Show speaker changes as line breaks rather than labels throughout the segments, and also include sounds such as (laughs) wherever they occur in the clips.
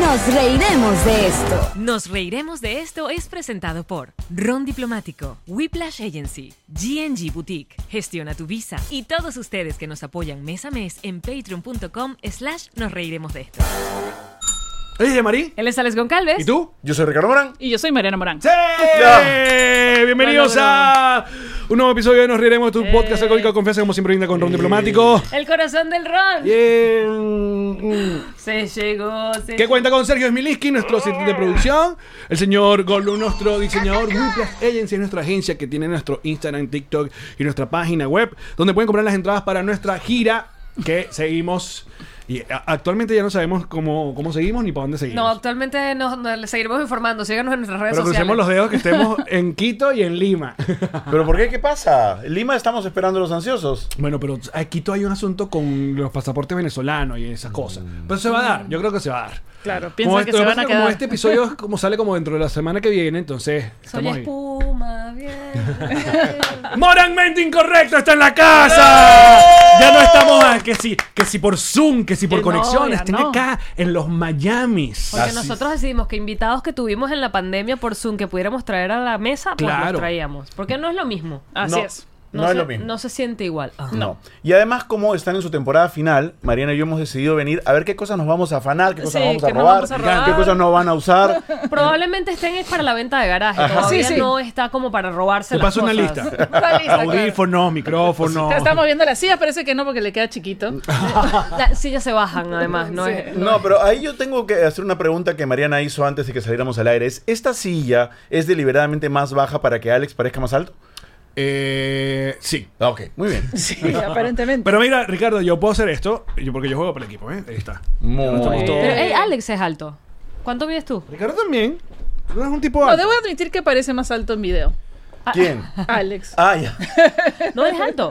Nos reiremos de esto.
Nos reiremos de esto es presentado por Ron Diplomático, Whiplash Agency, GNG Boutique, Gestiona tu Visa y todos ustedes que nos apoyan mes a mes en patreon.com slash nos reiremos de esto.
Ella Marí.
Él es Alex Goncalves.
¿Y tú?
Yo soy Ricardo Morán.
Y yo soy Mariana Morán.
¡Sí! Bienvenidos
Bueno,
a un nuevo episodio de Nos Riremos de tu
Eh.
podcast alcohólico de confianza, como siempre brinda con Ron Diplomático.
El corazón del Ron.
Bien.
Se llegó. Se
Que cuenta con Sergio Smilinski, nuestro asistente de producción, el señor Goldblum, nuestro diseñador, Whiplash Agency, nuestra agencia que tiene nuestro Instagram, TikTok y nuestra página web, donde pueden comprar las entradas para nuestra gira que seguimos. Y a- actualmente ya no sabemos cómo, cómo seguimos ni para dónde seguimos.
No, actualmente nos, nos- le seguiremos informando. Síganos en nuestras redes
Pero crucemos
sociales.
los dedos que estemos en Quito y
(laughs)
en Lima.
¿Pero por qué? ¿Qué pasa? En Lima estamos esperando los ansiosos.
Bueno, pero en Quito hay un asunto con los pasaportes venezolanos y esas cosas. Pero se va a dar, yo creo que se va a dar.
Claro,
Como
piensan que
esto-
se
lo
van a
pasa es que como
quedar.
este episodio es como sale como dentro de la semana que viene, entonces
Soy
estamos ahí.
espuma, bien.
(laughs) Moralmente incorrecto está en la casa. Ya no estamos a- que si que si por Zoom, que si
Que
por
Eh, no,
conexión,
ya
estén
no.
acá en los Miamis.
Porque
Así.
nosotros decidimos que invitados que tuvimos en la pandemia por Zoom que pudiéramos traer a la mesa, pues
Claro.
los traíamos. Porque no es lo mismo.
Así
No,
es.
No,
se,
es lo mismo.
No se siente igual. Ah.
No. Y además, como están en su temporada final, Mariana y yo hemos decidido venir a ver qué cosas nos vamos a afanar, qué cosas
Sí,
vamos, a
qué nos
robar,
vamos a robar.
qué cosas nos van
(laughs)
a usar.
Probablemente estén es para la venta de garaje.
Ajá.
Todavía
Sí, sí.
no está como para robarse
Te
las
paso una
cosas. (laughs)
lista.
Está lista, claro.
Audífonos, micrófonos.
Te Estamos viendo las sillas, parece que no porque le queda chiquito.
Las sillas se bajan, además, ¿no?
Sí.
Es-
No, pero ahí yo tengo que hacer una pregunta que Mariana hizo antes de que saliéramos al aire. ¿Es esta silla es deliberadamente más baja para que Alex parezca más alto?
Eh, sí.
Ah, ok. Muy
(laughs)
bien.
Sí, aparentemente.
Pero mira, Ricardo, yo puedo hacer esto yo- porque yo juego para el equipo, ¿eh? Ahí está.
Muy
todos-
Pero hey, Alex es alto. ¿Cuánto mides tú?
Ricardo también. No es un tipo
No,
alto.
debo admitir que parece más alto en video.
(laughs)
¿Quién?
(laughs) Alex.
Ah, ya.
Ah, ¿No eres alto?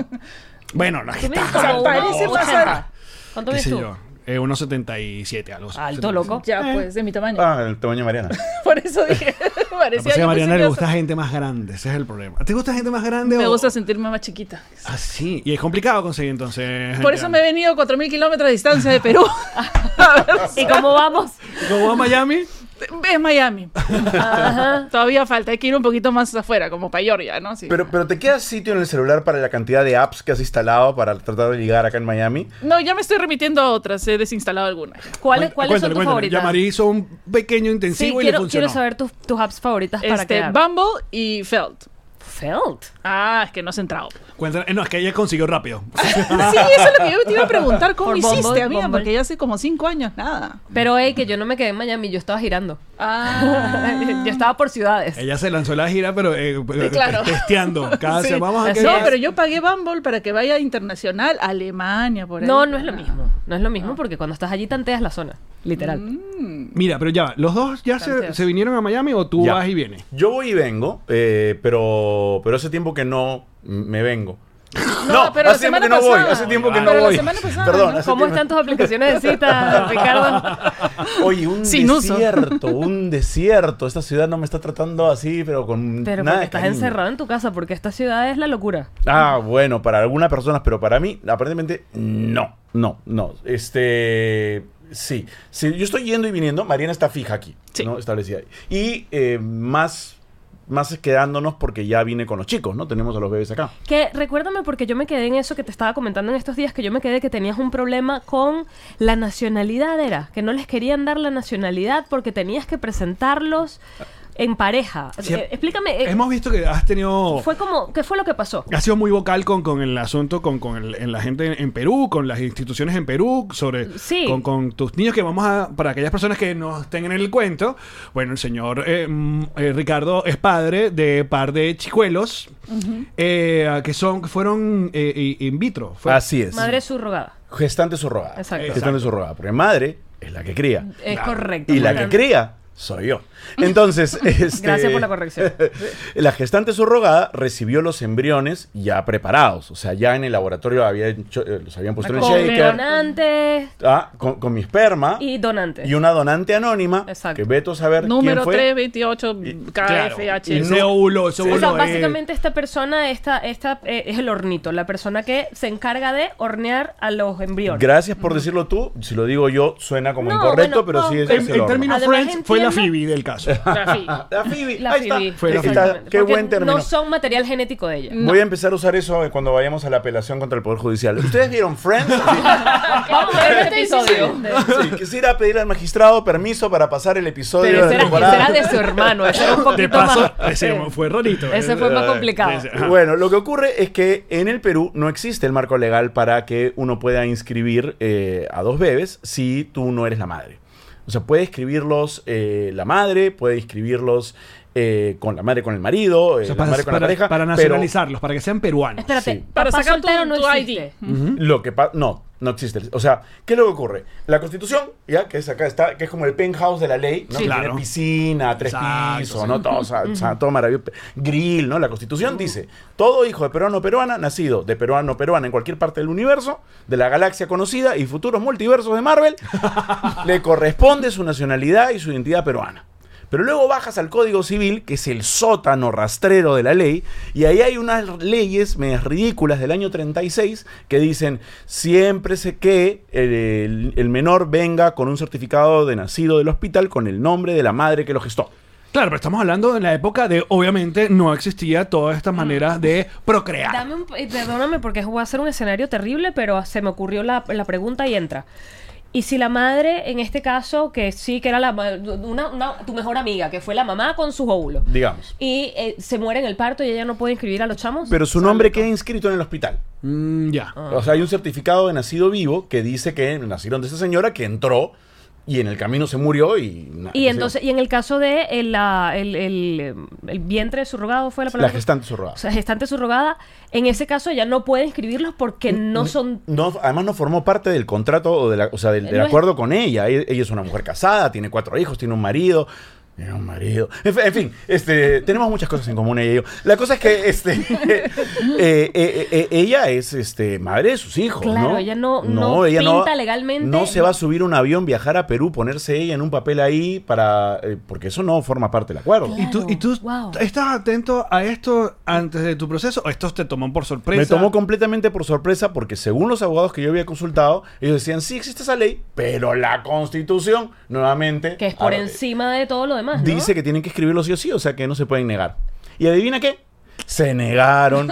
Bueno, la
Tú
gente
mides como
O sea, parece
uno
más
80.
alto.
¿Cuánto
¿Qué
mides
sé
tú?
yo? Eh, unos 77, algo así.
Alto, loco.
Ya, pues, de mi tamaño.
Ah, el tamaño de Mariana.
(laughs) Por eso dije. (laughs)
Lo que
parecía
pasa es que
yo
a
pensé
Mariana
que
le
ibas
gusta
a-
gente más grande, ese es el problema. ¿Te gusta gente más grande
Me
o-
gusta sentirme más chiquita.
Ah, sí. Y es complicado conseguir entonces.
Por eso me he venido 4.000 kilómetros de distancia de Perú.
¿Y cómo vamos?
Como a Miami,
es Miami. Todavía falta, hay que ir un poquito más afuera, como para Georgia, ¿no? Sí.
Pero, pero ¿te queda sitio en el celular para la cantidad de apps que has instalado para tratar de ligar acá en Miami?
No, ya me estoy remitiendo a otras, he desinstalado algunas.
¿Cuáles, ¿cuáles son
Cuéntale,
tus
cuéntale.
favoritas?
Ya Marí hizo un pequeño
Sí,
intensivo y le
quiero,
funcionó.
quiero saber tus, tus apps favoritas para
Este,
quedar.
Bumble y Felt.
Felt.
Ah, es que no has entrado.
Cuéntale- eh, no, es que ella consiguió rápido.
Sí, eso es lo que yo te iba a preguntar. ¿Cómo
Por
hiciste,
Bumble,
amiga?
Bumble.
Porque ya hace como cinco años, nada.
Pero hey, que yo no me quedé en Miami, yo estaba girando.
Ah,
(laughs) yo estaba por ciudades.
ella se lanzó la gira, pero eh,
claro.
testeando. Cada
sí.
semana vamos a
no,
que-
pero yo pagué Bumble para que vaya internacional, a Alemania, por ahí.
No, no es lo mismo. No es lo
Ah.
mismo porque cuando estás allí tanteas la zona. Literal.
Mm.
Mira, pero ya, ¿los dos ya se,
Tanteas.
se vinieron a Miami o tú
Ya.
vas y vienes?
Yo voy y vengo, eh, pero, pero hace tiempo que no me vengo.
No, pero la
hace tiempo
semana
que no voy,
pasada. Ah,
hace tiempo que
Pero
no
la
voy.
semana pasada,
Perdón,
¿no?
hace
¿Cómo
tiempo-
están tus aplicaciones de
(laughs)
cita, Ricardo?
Oye, un
Sin uso.
desierto, un desierto. Esta ciudad no me está tratando así, pero con
Pero
nada
porque
de
estás
cariño.
encerrado en tu casa, porque esta ciudad es la locura.
Ah, bueno, para algunas personas, pero para mí, aparentemente, no, no, no. Este, sí, Sí, yo estoy yendo y viniendo. Mariana está fija aquí,
Sí.
¿no? Establecida. ahí. Y eh, más, más quedándonos porque ya vine con los chicos, ¿no? Tenemos a los bebés acá.
Que recuérdame porque yo me quedé en eso que te estaba comentando en estos días, que yo me quedé que tenías un problema con la nacionalidad, era, que no les querían dar la nacionalidad porque tenías que presentarlos en pareja.
Sí,
Eh, explícame, eh,
Hemos visto que has tenido.
fue como, ¿qué fue lo que pasó?
Ha sido muy vocal con, con el asunto, con, con el- en la gente en, en Perú, con las instituciones en Perú, sobre
Sí.
con, con tus niños que vamos a, para aquellas personas que no estén en el cuento, bueno, el señor eh, mm, eh, Ricardo es padre de par de chicuelos eh, que son que fueron eh, i- in vitro. fue.
Así es.
Madre subrogada.
Gestante subrogada.
Exacto. Eh,
Gestante subrogada, porque madre es la que cría.
Es correcto.
Y la
Muy
que
bien.
cría soy yo.
(laughs)
Entonces, este,
Gracias por la corrección.
(laughs) la gestante subrogada recibió los embriones ya preparados, o sea, ya en el laboratorio había hecho- eh, los habían puesto en el
Con
shaker
donantes
ah, con, con mi esperma
y donantes.
y una donante anónima
Exacto.
que veto saber
Número
Ah. quién fue.
328
Ah,
claro, y
KFH.
no-
Ese óvulo, ese óvulo.
O sea,
es-
básicamente esta persona esta, esta, eh, es el hornito, la persona que se encarga de hornear a los embriones.
Gracias por decirlo tú, si lo digo yo suena como
No,
incorrecto,
bueno,
pero sí
no,
es,
pero-
es
En,
el
en
horno.
términos
Además,
Friends, fue la
entiendo-
Phoebe
(laughs)
del caso.
La Phoebe,
La Phoebe.
Fue
ahí está.
la
Ahí
Phoebe.
está.
Exactamente,
Qué
porque
buen término.
No son material genético de
(laughs)
ella.
Voy a empezar a usar eso eh, cuando vayamos a la apelación contra el Poder Judicial. ¿Ustedes vieron Friends?
(laughs) Vamos a ver este
Sí, sí, sí.
episodio.
Sí, quisiera pedir al magistrado permiso para pasar el episodio
Pero ese
de la
era,
temporada.
ese era de su hermano, ese era un
De
poquito
paso,
más. eh,
ese fue rarito.
Ese fue más complicado.
Ese, ajá.
Bueno, lo que ocurre es que en el Perú no existe el marco legal para que uno pueda inscribir eh, a dos bebés si tú no eres la madre. O sea, puede inscribirlos eh, la madre, puede inscribirlos eh, con la madre, con el marido, eh,
O sea,
la
para,
madre con la
para-
pareja.
para
pero
nacionalizarlos, para que sean peruanos.
Espérate,
Sí.
Para
papá
sacar tu-
soltero no
tu ID.
existe.
Lo que pasa. No, no existe. O sea, ¿qué es lo que ocurre? La constitución, ya, que es acá está, que es como el penthouse de la ley, ¿no?
Sí.
Que tiene
Claro.
piscina, tres
Exacto,
pisos,
sí.
¿no? Todo, o sea, o sea, todo maravilloso. Grill, ¿no? La constitución dice: todo hijo de peruano o peruana, nacido de peruano o peruana en cualquier parte del universo, de la galaxia conocida y futuros multiversos de Marvel, le corresponde su nacionalidad y su identidad peruana. Pero luego bajas al Código Civil, que es el sótano rastrero de la ley, y ahí hay unas leyes medias ridículas del año 36 que dicen siempre se que el, el- el menor venga con un certificado de nacido del hospital con el nombre de la madre que lo gestó.
Claro, pero estamos hablando de la época de, obviamente, no existía todas estas maneras de procrear.
Mm. Dame un, eh, perdóname porque voy a hacer un escenario terrible, pero se me ocurrió la, la pregunta y entra. Y si la madre, en este caso, que sí que era la ma- una- una- tu mejor amiga, que fue la mamá con sus óvulos,
Digamos.
y eh, se muere en el parto y ella no puede inscribir a los chamos.
Pero su nombre queda inscrito en el hospital.
Mm, ya.
Oh,
O sea, hay un certificado de nacido vivo que dice que nacieron de esa señora que entró y en el camino se murió y... nada, qué sé
y
yo.
entonces, y en el caso de el, la- el, el, eh, el vientre surrogado fue la palabra.
La gestante surrogada.
O sea, gestante surrogada, en ese caso ella no puede inscribirlos porque no son
No, además no formó parte del contrato o, de la- o sea, del, del
No es-
acuerdo con ella. E- Ella es una mujer casada, tiene cuatro hijos, tiene un marido. Tiene un marido. En, fe- en fin, este, tenemos muchas cosas en común ella y yo. La cosa es que este, (laughs) eh, eh, eh, eh, ella es este, madre de sus hijos.
Claro,
¿no?
ella no- no pinta legalmente.
No se va a subir a un avión, viajar a Perú, ponerse ella en un papel ahí para. eh, porque eso no forma parte del acuerdo.
¿Y tú, y tú
Wow.
estás atento a esto antes de tu proceso? ¿O estos te toman por sorpresa?
Me tomó completamente por sorpresa porque según los abogados que yo había consultado, ellos decían, sí existe esa ley, pero la constitución, nuevamente,
que es por
ah,
encima de todo lo demás. ¿no?
dice que tienen que escribirlo sí o sí, o sea que no se pueden negar. ¿Y adivina qué?
(laughs)
Se negaron.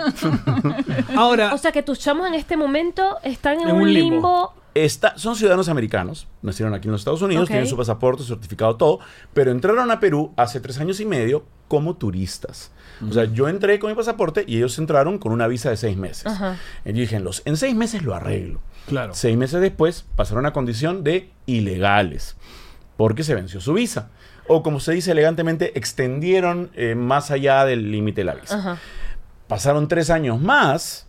Ahora,
O sea que tus chamos en este momento están en,
En
un
un
limbo.
limbo.
Está- son ciudadanos americanos, nacieron aquí en los Estados Unidos,
Ok.
tienen su pasaporte, certificado, todo, pero entraron a Perú hace tres años y medio como turistas. O sea, yo entré con mi pasaporte y ellos entraron con una visa de seis meses.
Ajá.
Y dije, en los- en seis meses lo arreglo.
claro.
Seis meses después pasaron a condición de ilegales, porque se venció su visa. O como se dice elegantemente, extendieron eh, más allá del límite de la visa.
Ajá.
Pasaron tres años más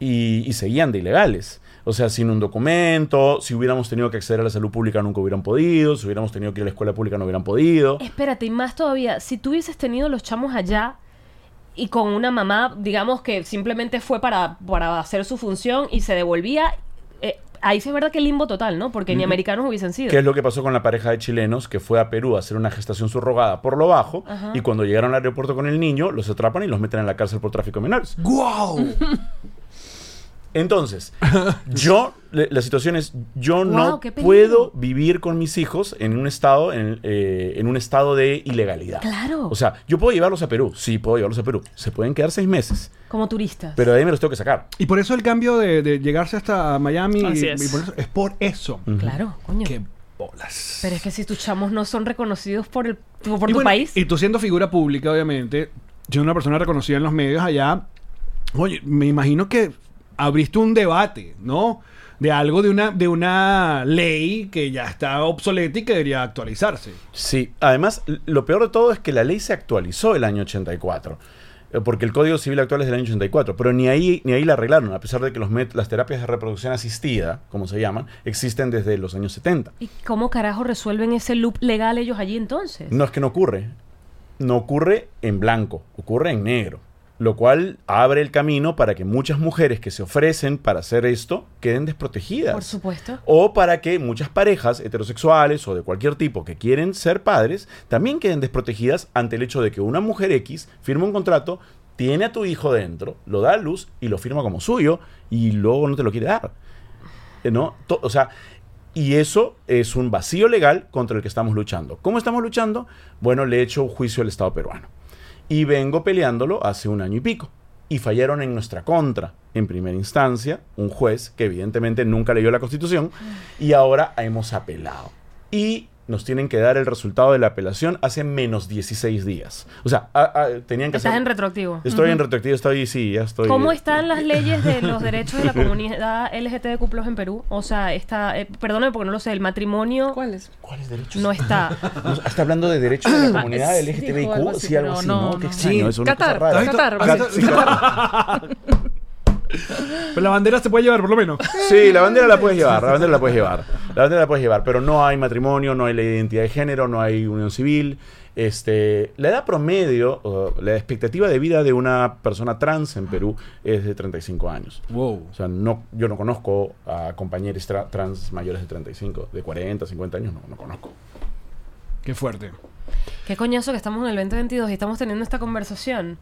y, y seguían de ilegales. O sea, sin un documento, si hubiéramos tenido que acceder a la salud pública nunca hubieran podido, si hubiéramos tenido que ir a la escuela pública no hubieran podido.
Espérate, y más todavía, si tú hubieses tenido los chamos allá y con una mamá, digamos que simplemente fue para, para hacer su función y se devolvía, eh, ahí sí es verdad que limbo total, ¿no? Porque ni americanos hubiesen sido.
¿Qué es lo que pasó con la pareja de chilenos que fue a Perú a hacer una gestación subrogada por lo bajo
Ajá.
y cuando llegaron al aeropuerto con el niño los atrapan y los meten en la cárcel por tráfico de menores?
¡Guau!
(laughs)
Entonces, yo, le- la situación es, yo no
qué peligro.
puedo vivir con mis hijos en un estado, en, eh, en un estado de ilegalidad.
Claro.
O sea, yo puedo llevarlos a Perú, sí, puedo llevarlos a Perú. Se pueden quedar seis meses,
Como turistas.
pero de ahí me los tengo que sacar.
Y por eso el cambio de, de llegarse hasta Miami
Así
y-
es.
y por eso- es por eso.
claro, coño.
¡Qué bolas!
Pero es que si tus chamos no son reconocidos por, el, por tu
y bueno,
país.
Y tú siendo figura pública, obviamente, siendo una persona reconocida en los medios allá, oye, me imagino que abriste un debate, ¿no? De algo de una, de una ley que ya está obsoleta y que debería actualizarse.
Sí, además, l- lo peor de todo es que la ley se actualizó el año 84. eh, porque el Código Civil actual es del año 84, pero ni ahí, ni ahí la arreglaron, a pesar de que los met- las terapias de reproducción asistida, como se llaman, existen desde los años 70.
¿Y cómo carajo resuelven ese loop legal ellos allí entonces?
No es que no ocurre. No ocurre en blanco, ocurre en negro. Lo cual abre el camino para que muchas mujeres que se ofrecen para hacer esto queden desprotegidas.
Por supuesto.
O para que muchas parejas heterosexuales o de cualquier tipo que quieren ser padres también queden desprotegidas ante el hecho de que una mujer X firma un contrato, tiene a tu hijo dentro, lo da a luz y lo firma como suyo y luego no te lo quiere dar. Eh, ¿No? To- o sea, y eso es un vacío legal contra el que estamos luchando. ¿Cómo estamos luchando? Bueno, le he hecho juicio al Estado peruano. Y vengo peleándolo hace un año y pico. Y fallaron en nuestra contra, en primera instancia, un juez que evidentemente nunca leyó la Constitución.
Mm.
Y ahora hemos apelado. Y nos tienen que dar el resultado de la apelación hace menos 16 días. O sea, a- a- tenían que
Estás
hacer...
en retroactivo.
Estoy en retroactivo, estoy, sí, ya estoy...
¿Cómo están las leyes de los derechos de la comunidad LGTBQ+ en Perú? O sea, está, eh, perdóname porque no lo sé, el matrimonio
¿Cuáles?
¿Cuáles derechos?
no está.
No, Está hablando de derechos de la comunidad
Sí, Ah, dijo
LGTBIQ,
algo así,
sí, algo
pero
así,
no,
¿no?
no.
Qué
Sí,
extraño, es una cosa
Qatar,
rara.
¿Has visto?
Qatar,
¿Has visto?
sí, claro.
(laughs) Pero la bandera se puede llevar, por lo menos.
Sí, la bandera la puedes llevar, la bandera la puedes llevar. La bandera la puedes llevar, pero no hay matrimonio, no hay la identidad de género, no hay unión civil. Este, la edad promedio, o la expectativa de vida de una persona trans en Perú es de 35 años.
Wow.
O sea, no, yo no conozco a compañeros tra- trans mayores de 35, de 40, 50 años, no, no conozco.
Qué fuerte.
Qué coñazo que estamos en el 2022 y estamos teniendo esta conversación.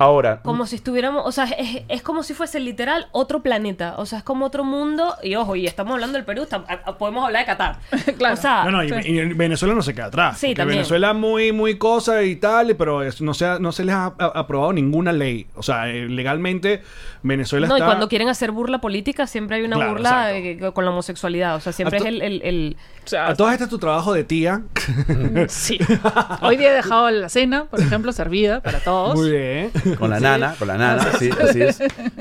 Ahora,
Como si estuviéramos, o sea, es, es como si fuese literal otro planeta, o sea, es como otro mundo y ojo, y estamos hablando del Perú, estamos- a- a- podemos hablar de Qatar.
Claro.
O sea,
No, no, y, y Venezuela no se queda atrás.
Ah, Sí,
porque
también.
Venezuela muy, muy cosa y tal, pero es- no, se ha- no se les ha a- aprobado ninguna ley. O sea, eh, legalmente Venezuela
no, y
está...
cuando quieren hacer burla política siempre hay una
Claro,
burla
exacto.
eh, con la homosexualidad, o sea, siempre
A
es
to-
el, el- el-
O sea,
A (laughs) todas estas tu trabajo de tía.
sí. Hoy día he dejado la cena, por ejemplo, servida para todos.
Muy
(laughs)
bien.
Con la nana, con la nana, sí, así es.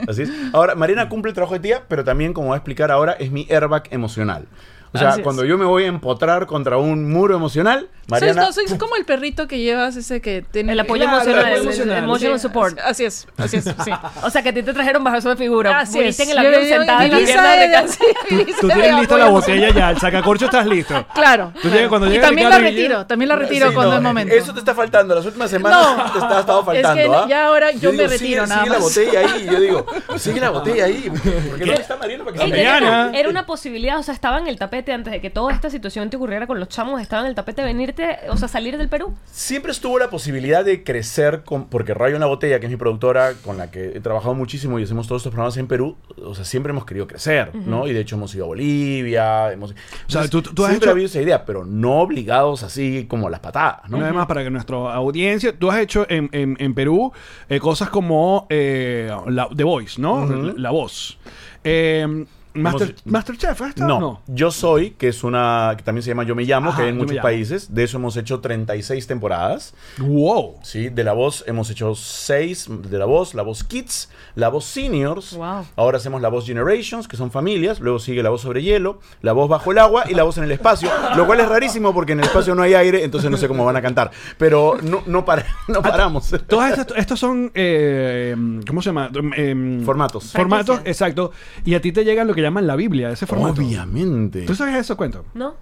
Así es. Ahora, Mariana cumple el trabajo de tía, pero también, como va a explicar ahora, es mi airbag emocional. O sea,
Así es.
cuando yo me voy a empotrar contra un muro emocional,
Sois,
Mariana.
no, sois como el perrito que llevas, ese que tiene
el apoyo
Claro,
emocional, el-
el apoyo
el- el
emocional,
emotional
Sí,
support.
Así es, así es, sí.
O sea, que a ti te trajeron bajo esa figura.
Así
Viniste
es.
en el avión
Yo- yo-
sentada en la
mi visa
pierna de
de-
casa.
mi
Tú
visa de
tienes lista la
apoyo.
botella ya, el sacacorcho estás
(laughs)
listo.
Claro.
Tú llegas-
claro.
cuando
y
llega
también la
Ricardo Guillén-
retiro, también la
Sí,
retiro
no, eh,
cuando es momento.
Eso te está faltando. Las últimas semanas
No.
te está, ha estado
Es que
faltando. ¿ah?
ya ahora yo me
sigue-
retiro nada
sigue la
más.
botella ahí. y Yo
(laughs)
digo, sigue la botella ahí. Porque no está Mariana para que
Ey,
La
se
de
me-
Mariana.
verdad, Era una posibilidad, o sea, estaba en el tapete antes de que toda esta situación te ocurriera con los chamos, estaba en el tapete venirte, o sea, salir del Perú.
Siempre estuvo la posibilidad de crecer, con, porque Rayo en la Botella, que es mi productora con la que he trabajado muchísimo y hacemos todos estos programas en Perú, o sea, siempre hemos querido crecer, ¿no? Y de hecho hemos ido a Bolivia, hemos... O
sea, tú- tú has
siempre
hecho-
ha habido esa idea, pero no obligados así como las patadas, ¿no?
Una vez más, para que nuestra audiencia, tú has hecho en, en- en Perú eh, cosas como eh, la, The Voice, ¿no? la, la voz. Eh, Master,
Hemos-
¿Masterchef has estado?
No, yo soy, que es una, que también se llama Yo Me Llamo,
Ajá,
que hay en
Yo Me
muchos
Llamo.
países, de eso hemos hecho 36 temporadas.
Wow.
Sí, de La Voz hemos hecho seis de La Voz, La Voz Kids, La Voz Seniors.
Wow.
Ahora hacemos La Voz Generations, que son familias. Luego sigue La Voz sobre hielo, La Voz bajo el agua y La Voz en el espacio. Lo cual es rarísimo porque en el espacio no hay aire, entonces no sé cómo van a cantar. Pero no, no, para- (laughs) no paramos.
Ah, Todas estas, estos son, eh, ¿cómo se llama? Em,
Formatos.
Formatos,
Franquicias.
exacto. Y a ti te llega lo que llaman la Biblia, ese formato.
Obviamente.
¿Tú sabes eso, cuento?
¿No?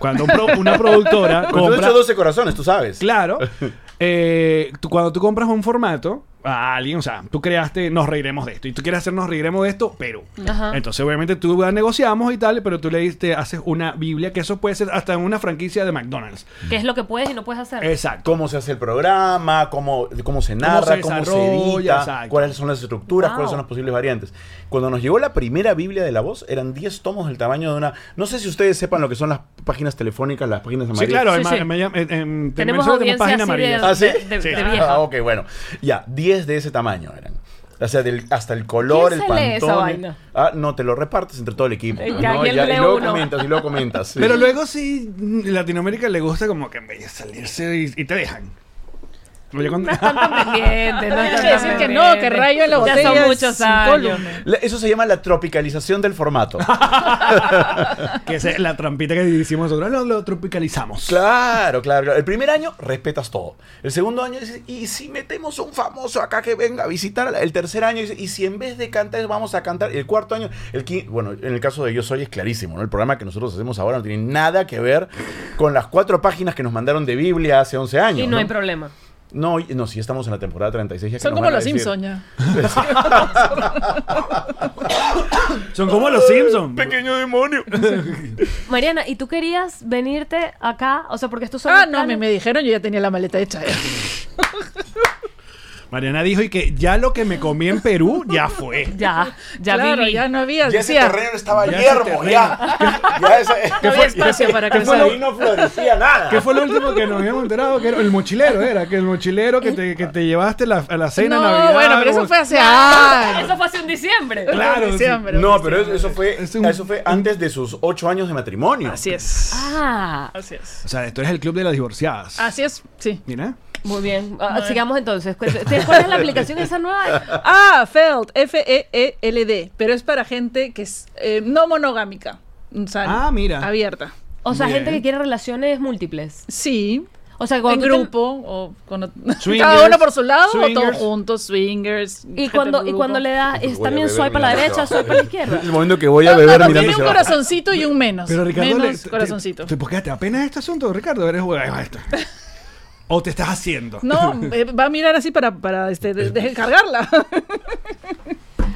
Cuando un pro- una
(laughs)
productora
Pero tú has
compra...
hecho 12 corazones, tú sabes. (laughs)
Claro. eh, tú- cuando tú compras un formato a alguien, o sea, tú creaste Nos Reiremos de esto y tú quieres hacer Nos Reiremos de esto, Perú.
Ajá.
Entonces, obviamente, tú la negociamos y tal, pero tú le diste, haces una Biblia, que eso puede ser hasta en una franquicia de McDonald's.
¿Qué es lo que puedes y no puedes hacer?
Exacto.
Cómo se hace el programa, cómo, cómo se narra,
se
cómo se,
desarrolla,
edita,
exacto.
cuáles son las estructuras,
Wow.
cuáles son las posibles variantes. Cuando nos llegó la primera Biblia de la voz, eran 10 tomos del tamaño de una. No sé si ustedes sepan lo que son las páginas telefónicas, las páginas
Sí,
amarillas.
claro.
Sí,
en ma-
sí.
en ma- en- en-
Tenemos
en- en-
audiencia
página
así
amarilla.
de-
¿Ah, sí?
de-
Sí.
de vieja.
Ah, ok, bueno. Ya, 10 de ese tamaño eran. O sea, del- hasta el color,
¿Quién
el
se lee esa
pantone.
vaina?
Ah, no, te lo repartes entre todo el equipo.
Eh,
¿no?
ya, y él lee
y luego
uno.
comentas, y luego comentas. sí.
mm, Pero luego sí, Latinoamérica le gusta como que en vez de salirse y, y te dejan. Lo voy a contar.
Están tan (laughs) pendientes, no
Hay que
están tan
decir que no, que
pendientes.
rayo en la botella.
Ya son
es
muchos
sin
años.
columna.
La- Eso se llama la tropicalización
(laughs)
del formato.
(laughs) que esa es la trampita que hicimos nosotros. Lo, lo tropicalizamos.
Claro, claro, claro. El primer año respetas todo. El segundo año dices, ¿y si metemos un famoso acá que venga a visitar? El tercer año dices, ¿y si en vez de cantar vamos a cantar? El cuarto año, el quin- bueno, en el caso de Yo Soy es clarísimo, ¿no? El programa que nosotros hacemos ahora no tiene nada que ver con las cuatro páginas que nos mandaron de Biblia hace 11 años.
Y no hay problema.
No, y- no, sí estamos en la temporada 36. ya que
Son
nos
como
van a
los
decir-
Simpsons ya.
Son como los Simpsons.
Pequeño
(laughs)
demonio.
Mariana, ¿y tú querías venirte acá? O sea, porque estos son
Ah,
los
no, me,
planes.
me dijeron, yo ya tenía la maleta hecha. ya.
Mariana dijo y que ya lo que me comí en Perú ya fue.
(laughs) Ya, ya
claro,
viví.
(laughs) ya no había.
Ya ese
decía,
terreno estaba
Ya ese
yermo,
terreno.
ya. Ya ese-
No había espacio
(laughs)
para
que fue
cruzar.
ahí no florecía nada.
¿Qué fue lo último que nos habíamos enterado? Que era el mochilero, era que el mochilero que te, que te llevaste la- a la cena
No,
navideña.
bueno, pero eso fue hace años.
Eso fue hace un diciembre.
Claro, sí.
Diciembre,
No,
diciembre.
pero eso, eso fue,
Es un-
eso fue antes de sus ocho años de matrimonio.
Así es.
Ah,
Así es.
O sea, tú eres el club de las divorciadas.
Así es, sí.
Mira.
muy bien. Ah, sigamos entonces. ¿Cuál cuál es la aplicación esa nueva?
(laughs) Ah, Feld, F-E-E-L-D, E pero es para gente que es eh, no monogámica. O sea,
Ah, mira.
Abierta.
O sea,
Bien.
gente que quiere relaciones múltiples.
Sí,
O sea,
en
cuando tú te-
grupo o con
Swingers,
(laughs) cada uno por su lado o
swingers.
todos juntos, swingers.
Y cuando, y cuando le das, es
Voy a
también
beber
swipe a la
mirando
derecha,
hacia abajo.
swipe a la izquierda.
(laughs) el momento que voy a
voy
beber mirando
tiene un
hacia abajo.
corazoncito y un menos.
Pero Ricardo, le-
menos
te-
corazoncito.
Te, ¿Por qué te apenas este asunto, Ricardo? Eres bueno, esto.
(laughs)
O te estás haciendo.
No, eh, va a mirar así para, para este, de- descargarla.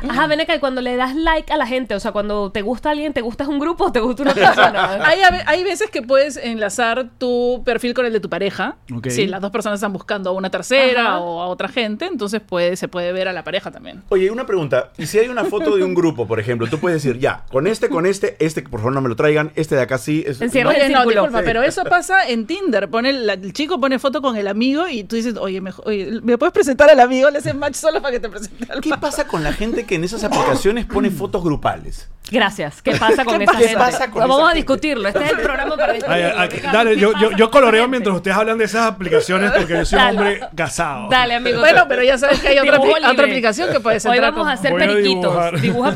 Ajá, ven acá, y cuando le das like a la gente, o sea, cuando te gusta alguien, te gusta un grupo o te gusta una
Ah.
(laughs)
persona.
hay, a ve- hay veces que puedes enlazar tu perfil con el de tu pareja.
Ok.
Si las dos personas están buscando a una tercera
Ajá.
o a otra gente, entonces puede, se puede ver a la pareja también.
Oye, una pregunta. ¿Y si hay una foto de un grupo, por ejemplo? Tú puedes decir, ya, con este, con este, este, por favor no me lo traigan, este de acá sí. este-
Encierra
no.
el
Oye, no,
círculo.
disculpa,
Sí.
pero eso pasa en Tinder. Pone la- el chico pone foto con el amigo y tú dices, oye, mejor- oye, ¿me puedes presentar al amigo? Le hacen match solo para que te presente al
¿Qué
(laughs)
pasa con la gente que en esas aplicaciones pone fotos grupales?
Gracias. ¿Qué pasa con esa
pasa? ¿Qué
gente?
pasa con
Vamos
esa
a
gente?
discutirlo. Este es el programa para
Ay,
discutirlo.
ay, ay,
Ricardo.
dale,
¿Qué
yo,
pasa
yo, yo
con esa
coloreo
gente?
mientras ustedes hablan de esas aplicaciones porque yo soy un
Dale.
hombre casado.
Dale, amigo.
Bueno, pero ya sabes que hay otra,
Dibujo
apli- otra
libre.
aplicación que puedes
Hoy
entrar
vamos
con-
a hacer
Voy a dibujar.
periquitos. Dibuja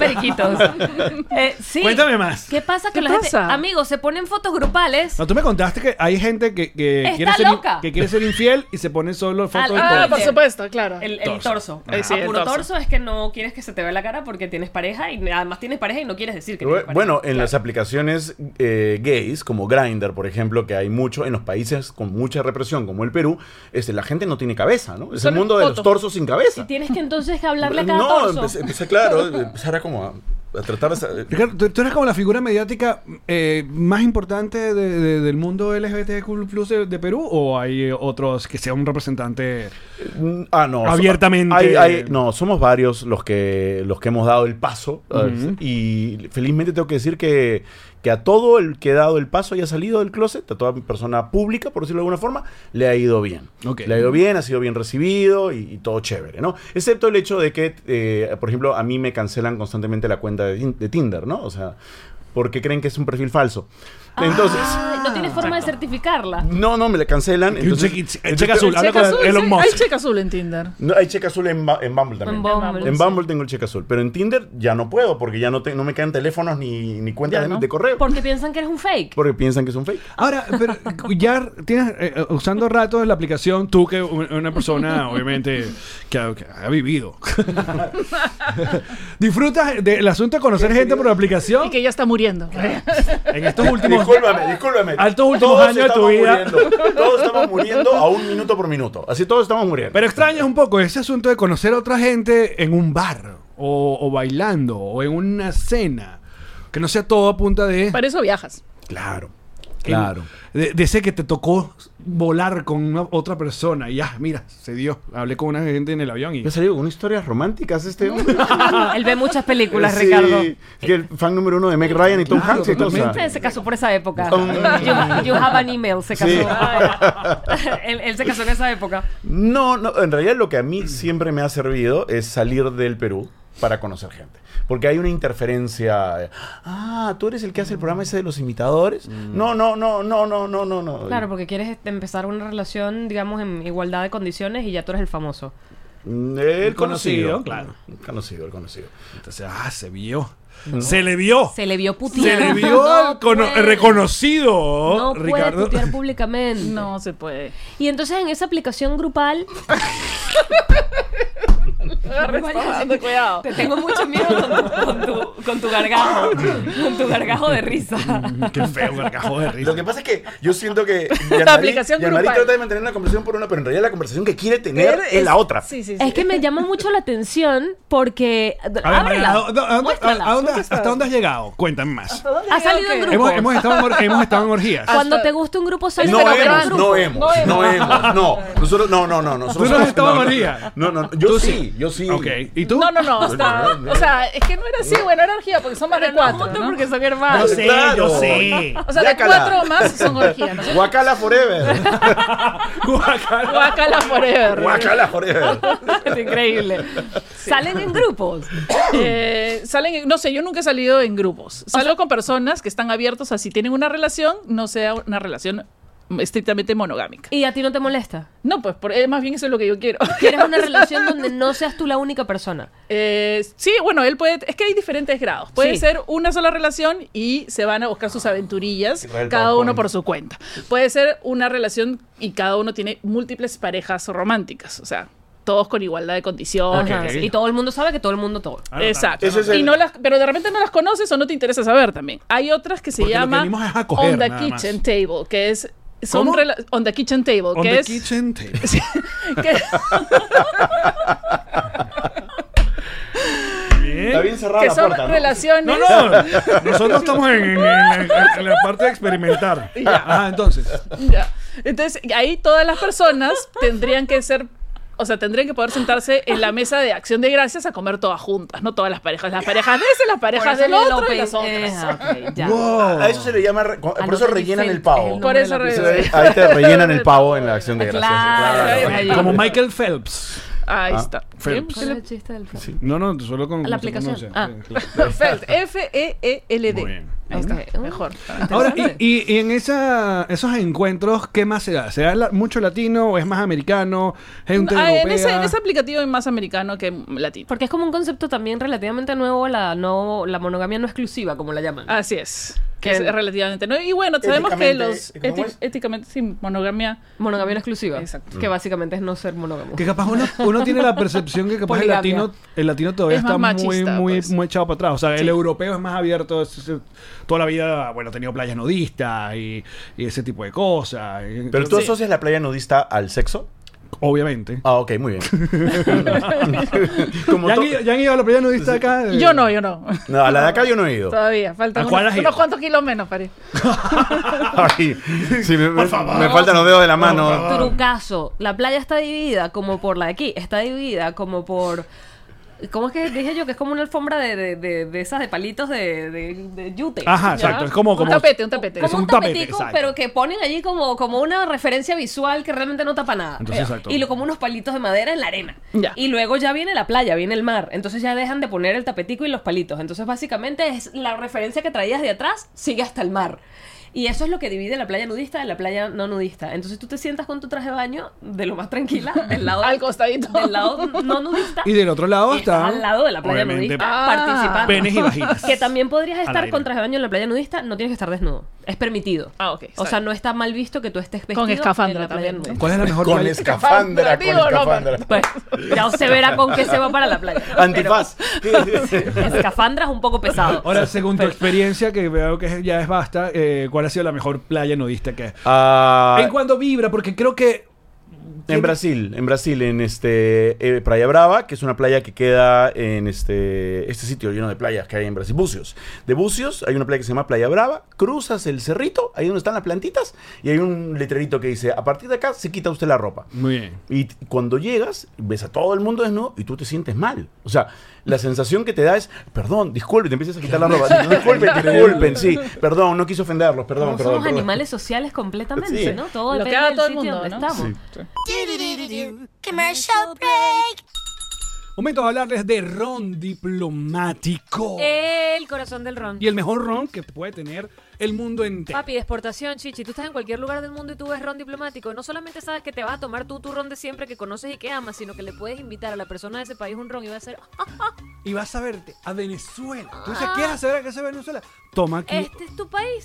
periquitos. Eh, sí.
Cuéntame más.
¿Qué pasa que
¿Qué
la gente.
pasa?
Amigos, se ponen fotos grupales.
No, tú me contaste que hay gente que, que
Está
quiere ser in-
loca.
que quiere ser infiel y se pone solo fotos
Al-
de
Ah,
Puede
por
ser.
supuesto, claro.
El, el torso.
Ahí sí,
A
el
puro
torso.
torso. es que no quieres que se te vea la cara porque tienes pareja y además tienes pareja y no quieres decir que tienes pareja.
Bueno, en las aplicaciones eh, gays, como Grindr, por ejemplo, que hay mucho en los países con mucha represión, como el Perú, este, la gente no tiene cabeza, ¿no? Es el
Solo
mundo de los
fotos.
torsos sin cabeza.
Y tienes que entonces que hablarle
(laughs)
a cada
Em, No,
torso.
empecé, empecé,
(laughs)
claro, empezar a como a, a tratar de... sa- eh,
Ricardo, tú, tú eres como la figura mediática eh, más importante de- de- del mundo LGBTQ de, de Perú o hay eh, otros que sea un representante
Mm, Ah, no. so-
Abiertamente.
hay- hay- no, somos varios los que, los que hemos dado el paso.
Ujú.
Y felizmente tengo que decir que, que a todo el que ha dado el paso y ha salido del closet, a toda persona pública, por decirlo de alguna forma, le ha ido bien.
Ok.
Le ha ido bien, ha sido bien recibido y, y todo chévere, ¿no? Excepto el hecho de que, eh, por ejemplo, a mí me cancelan constantemente la cuenta de, Tin- de Tinder, ¿no? O sea, porque creen que es un perfil falso.
Ah,
Entonces...
Ay, no tienes forma de certificarla.
No, no, me la cancelan.
Y un
entonces-
cheque- el cheque azul,
El
habla
cheque
con
azul,
Elon
sí,
Musk.
Hay cheque azul en Tinder.
No, hay cheque azul en, Ba- en Bumble también.
En Bumble.
En Bumble tengo el cheque azul, pero en Tinder ya no puedo porque ya no, te- no me quedan teléfonos ni, ni cuentas
Ya
de,
no.
de correo.
Porque piensan que eres un
(laughs)
fake.
Porque piensan que es un fake.
Ahora,
(laughs)
pero ya tienes eh, usando rato la aplicación, tú que un- una persona, obviamente, que ha, que ha
(laughs)
vivido. ¿Disfrutas del asunto de conocer gente por la aplicación?
Y que ya está muriendo.
En estos últimos
Discúlpame, discúlpame.
Altos últimos
Todos
años de tu
estamos
vida.
muriendo. Todos estamos muriendo a un minuto por minuto. Así todos estamos muriendo.
Pero extrañas un poco ese asunto de conocer a otra gente en un bar, o, o bailando, o en una cena. Que no sea todo a punta de.
Para eso viajas.
claro.
De, de ese que te tocó volar con una- otra persona y ah, mira, se dio. Hablé con una gente en el avión y.
¿Ya salido con historias románticas este hombre?
Él ve muchas películas,
Sí,
Ricardo.
Es que el fan número uno de Meg Ryan y Tom
Claro,
Hanks y todo, o sea,
Usted se casó por esa época. (laughs)
Mm.
You, you have an email, se casó.
Sí.
él, él se casó en esa época.
No, no, en realidad lo que a mí siempre me ha servido es salir del Perú para conocer gente. Porque hay una interferencia. de, ah, tú eres el que hace el programa ese de los imitadores.
Mm.
No, no, no, no, no, no, no, no.
Claro, porque quieres este, empezar una relación, digamos, en igualdad de condiciones y ya tú eres el famoso.
Mm, El
conocido,
conocido,
claro.
El conocido, el conocido.
Entonces, ah, se vio. Se le vio.
Se le vio puteado.
Se
(laughs)
le vio al cono-
puede.
reconocido,
No puede
Ricardo.
putear
(laughs)
públicamente.
No se puede.
Y entonces en esa aplicación
(laughs)
grupal
Date cuidado.
te tengo mucho miedo con tu, con tu, con tu gargajo, con tu gargajo de risa.
Qué feo, gargajo de risa.
Lo que pasa es que yo siento que
(laughs) La aplicación
Yanmari
grupal.
trata de mantener una conversación por una, pero en realidad la conversación que quiere tener es,
Es-
la otra.
Sí, sí, sí.
Es que me llama mucho la atención porque
A ver, Mariana, ¿a
ábrela,
dónde- a dónde-
muéstrala.
a dónde- ¿hasta dónde has llegado? Cuéntame más.
ha salido en grupo.
Hemos, hemos estado en, or- hemos estado en orgías.
Ah,
Cuando te gusta un grupo sales
No
pero del
hemos,
grupo.
no hemos, no
(laughs)
hemos, no. Nosotros, no, no, no. Nosotros
Tú no has
somos-
estado,
no, no,
María.
No, no, no, yo
Tú
sí,
sí.
yo sí.
Ok. ¿Y tú? (laughs)
No, no, no. o sea,
No, no, no.
O sea, es que no era así, bueno, era orgía porque son más de cuatro. ¿no?
porque son hermanos.
sé, Ah, Claro. yo sé.
O sea, de
Guácala.
cuatro o más son orgía. ¿no?
Guacala (laughs) forever.
(laughs)
Guacala.
Guacala forever.
Guacala forever.
Es increíble. Salen en grupos.
Eh, salen, en- no sé, yo nunca he salido en grupos. Salgo con personas que están abiertos a si tienen una relación, no sea una relación estrictamente monogámica.
¿Y a ti no te molesta?
No, pues por- eh, más bien eso es lo que
(laughs)
yo quiero. (laughs)
¿Quieres una relación donde no seas tú la única persona?
Eh, sí, bueno, él puede. Es que hay diferentes grados. Puede
Sí.
ser una sola relación y se van a buscar sus aventurillas,
Israel
cada
Pampón.
uno por su cuenta. Puede ser una relación y cada uno tiene múltiples parejas románticas. O sea, todos con igualdad de condiciones.
Ajá,
Ok.
Y todo el mundo sabe que todo el mundo todo.
Ah, no,
Exacto.
Ese es el-
Y no las, pero de repente no las conoces o no te interesa saber también. Hay otras que se
Porque lo que
llaman
venimos es a coger,
On the
nada más.
Kitchen Table, que es. Son
¿Cómo?
rela- on the Kitchen Table,
On
que
the
es.
kitchen table.
(laughs)
(laughs)
que-
Bien.
Está bien cerrada
que
la
son
puerta. ¿no?
relaciones.
No, no. Nosotros estamos en, en- en la, en la parte
(laughs)
de experimentar.
Ya.
Ah, entonces.
Ya. Entonces, ahí todas las personas tendrían que ser, o sea, tendrían que poder sentarse en la mesa de acción de gracias a comer todas juntas, no todas las parejas, las parejas de ese, las parejas del otro y las
Eh,
otras.
Wow.
A eso se le llama. re-
Ah,
Por
no
eso
te
rellenan
dicen
el pavo.
el
Por eso
nombre de
Eso
re-
es- Ahí te rellenan el pavo en la acción de gracias.
Claro. Ahí
Claro.
Como Michael Phelps.
Ahí
Ah,
está. pues,
Phelps.
¿Cuál es el chiste del Fran?
No, no, solo con.
La
con su
aplicación.
pronuncia.
Ah.
Sí, claro.
Perfecto. F E E L
Muy
D.
bien.
Ahí está.
Ok.
Mejor.
Ahora, y,
Interesante.
y- y en esa, esos encuentros, ¿qué más se da? ¿Se da la- mucho latino o es más americano? Gente
Ah, en,
europea?
ese, en ese aplicativo hay más americano que latino.
Porque es como un concepto también relativamente nuevo, la, no, la monogamia no exclusiva, como la llaman.
Así es. Que
Que-
es relativamente. ¿no? Y bueno, sabemos que
Éticamente,
los
¿cómo
éti-
es?
éticamente sin monogamia.
Monogamia no exclusiva.
Exacto.
Que básicamente es no ser monógamo.
Que capaz uno, uno tiene la percepción que capaz el
Poligamia.
latino, el latino todavía
Es más
está muy,
machista,
muy,
pues.
muy echado para atrás. O sea, el europeo es más abierto. es- es- toda la vida, bueno, ha tenido playas nudistas y, y ese tipo de cosas. Y-
Pero tú asocias la playa nudista al sexo.
Obviamente.
Ah, ok, muy bien. (laughs) Como
¿Ya han,
to-
ido, ya han ido a la playa nudista acá? Eh,
Yo no, yo no. (laughs)
No, a la de acá yo no he ido.
Todavía. Faltan
¿A cuál
unos,
has ido?
unos cuantos kilos menos, parece.
Ay, sí, me, me- me faltan los dedos de la mano.
Trucazo. La playa está dividida como por la de aquí. Está dividida como por... ¿Cómo es que dije yo? Que es como una alfombra de, de, de- de esas de palitos de, de, de yute. ¿ya?
Ajá, exacto. Es como.
Un
como
tapete, un tapete.
Como
un
un
tapete,
tapetico,
exacto.
pero que ponen allí como, como una referencia visual que realmente no tapa nada.
Entonces, exacto.
Y lo, como unos palitos de madera en la arena.
Ya.
Y luego ya viene la playa, viene el mar. Entonces ya dejan de poner el tapetico y los palitos. Entonces básicamente es la referencia que traías de atrás sigue hasta el mar. Y eso es lo que divide la playa nudista de la playa no nudista. Entonces tú te sientas con tu traje de baño de lo más tranquila, del
(laughs)
lado,
Al costadito.
del lado no nudista.
Y del otro lado
y estás
está.
al lado de la playa
obviamente,
nudista
Ah.
participando.
Penes y vaginas.
Que también podrías
Al
estar
aire.
con traje de baño en la playa nudista, no tienes que estar desnudo. Es permitido.
Ah, ok,
O
está
sea,
bien.
no está mal visto que tú estés vestido
Con escafandra
en la playa
también, ¿no?
nudista.
¿Cuál es la mejor
Con
playa?
escafandra, con
Digo, no,
escafandra.
Pues ya se verá con qué se va para la playa.
Antifaz.
Pero Escafandra es un poco pesado.
(laughs) Ahora, según tu experiencia, que veo que ya es basta, eh, ¿cuál ha sido la mejor playa nudista que
Ah,
¿En cuando vibra? Porque creo que.
en Brasil, en Brasil, en este eh, Playa Brava, que es una playa que queda en este, este sitio lleno de playas que hay en Brasil, Bucios. De Bucios hay una playa que se llama Playa Brava, cruzas el cerrito, ahí donde están las plantitas, y hay un letrerito que dice, a partir de acá se quita usted la ropa.
Muy bien.
Y t- cuando llegas, ves a todo el mundo desnudo y tú te sientes mal. O sea, la sensación que te da es, perdón, disculpen, te empiezas a quitar la ropa. Disculpen, disculpen, sí. Perdón, no quise ofenderlos, perdón,
Como
perdón.
somos
perdón.
animales sociales completamente,
Sí.
¿no? Todo
Lo que
depende
haga
del
todo el
sitio donde
mundo, ¿no?
estamos.
Sí.
Do-do-do-do-do. Commercial break.
Momento de hablarles de ron diplomático.
El corazón del ron.
Y el mejor ron que puede tener el mundo entero.
Papi, de exportación, chichi. Tú estás en cualquier lugar del mundo y tú ves ron diplomático. No solamente sabes que te vas a tomar tú tu ron de siempre que conoces y que amas, sino que le puedes invitar a la persona de ese país un ron y va a ser. "Ah,
Y vas a verte a Venezuela. Tú dices, ¿quieres saber a qué es Venezuela? Toma aquí.
Este es tu país.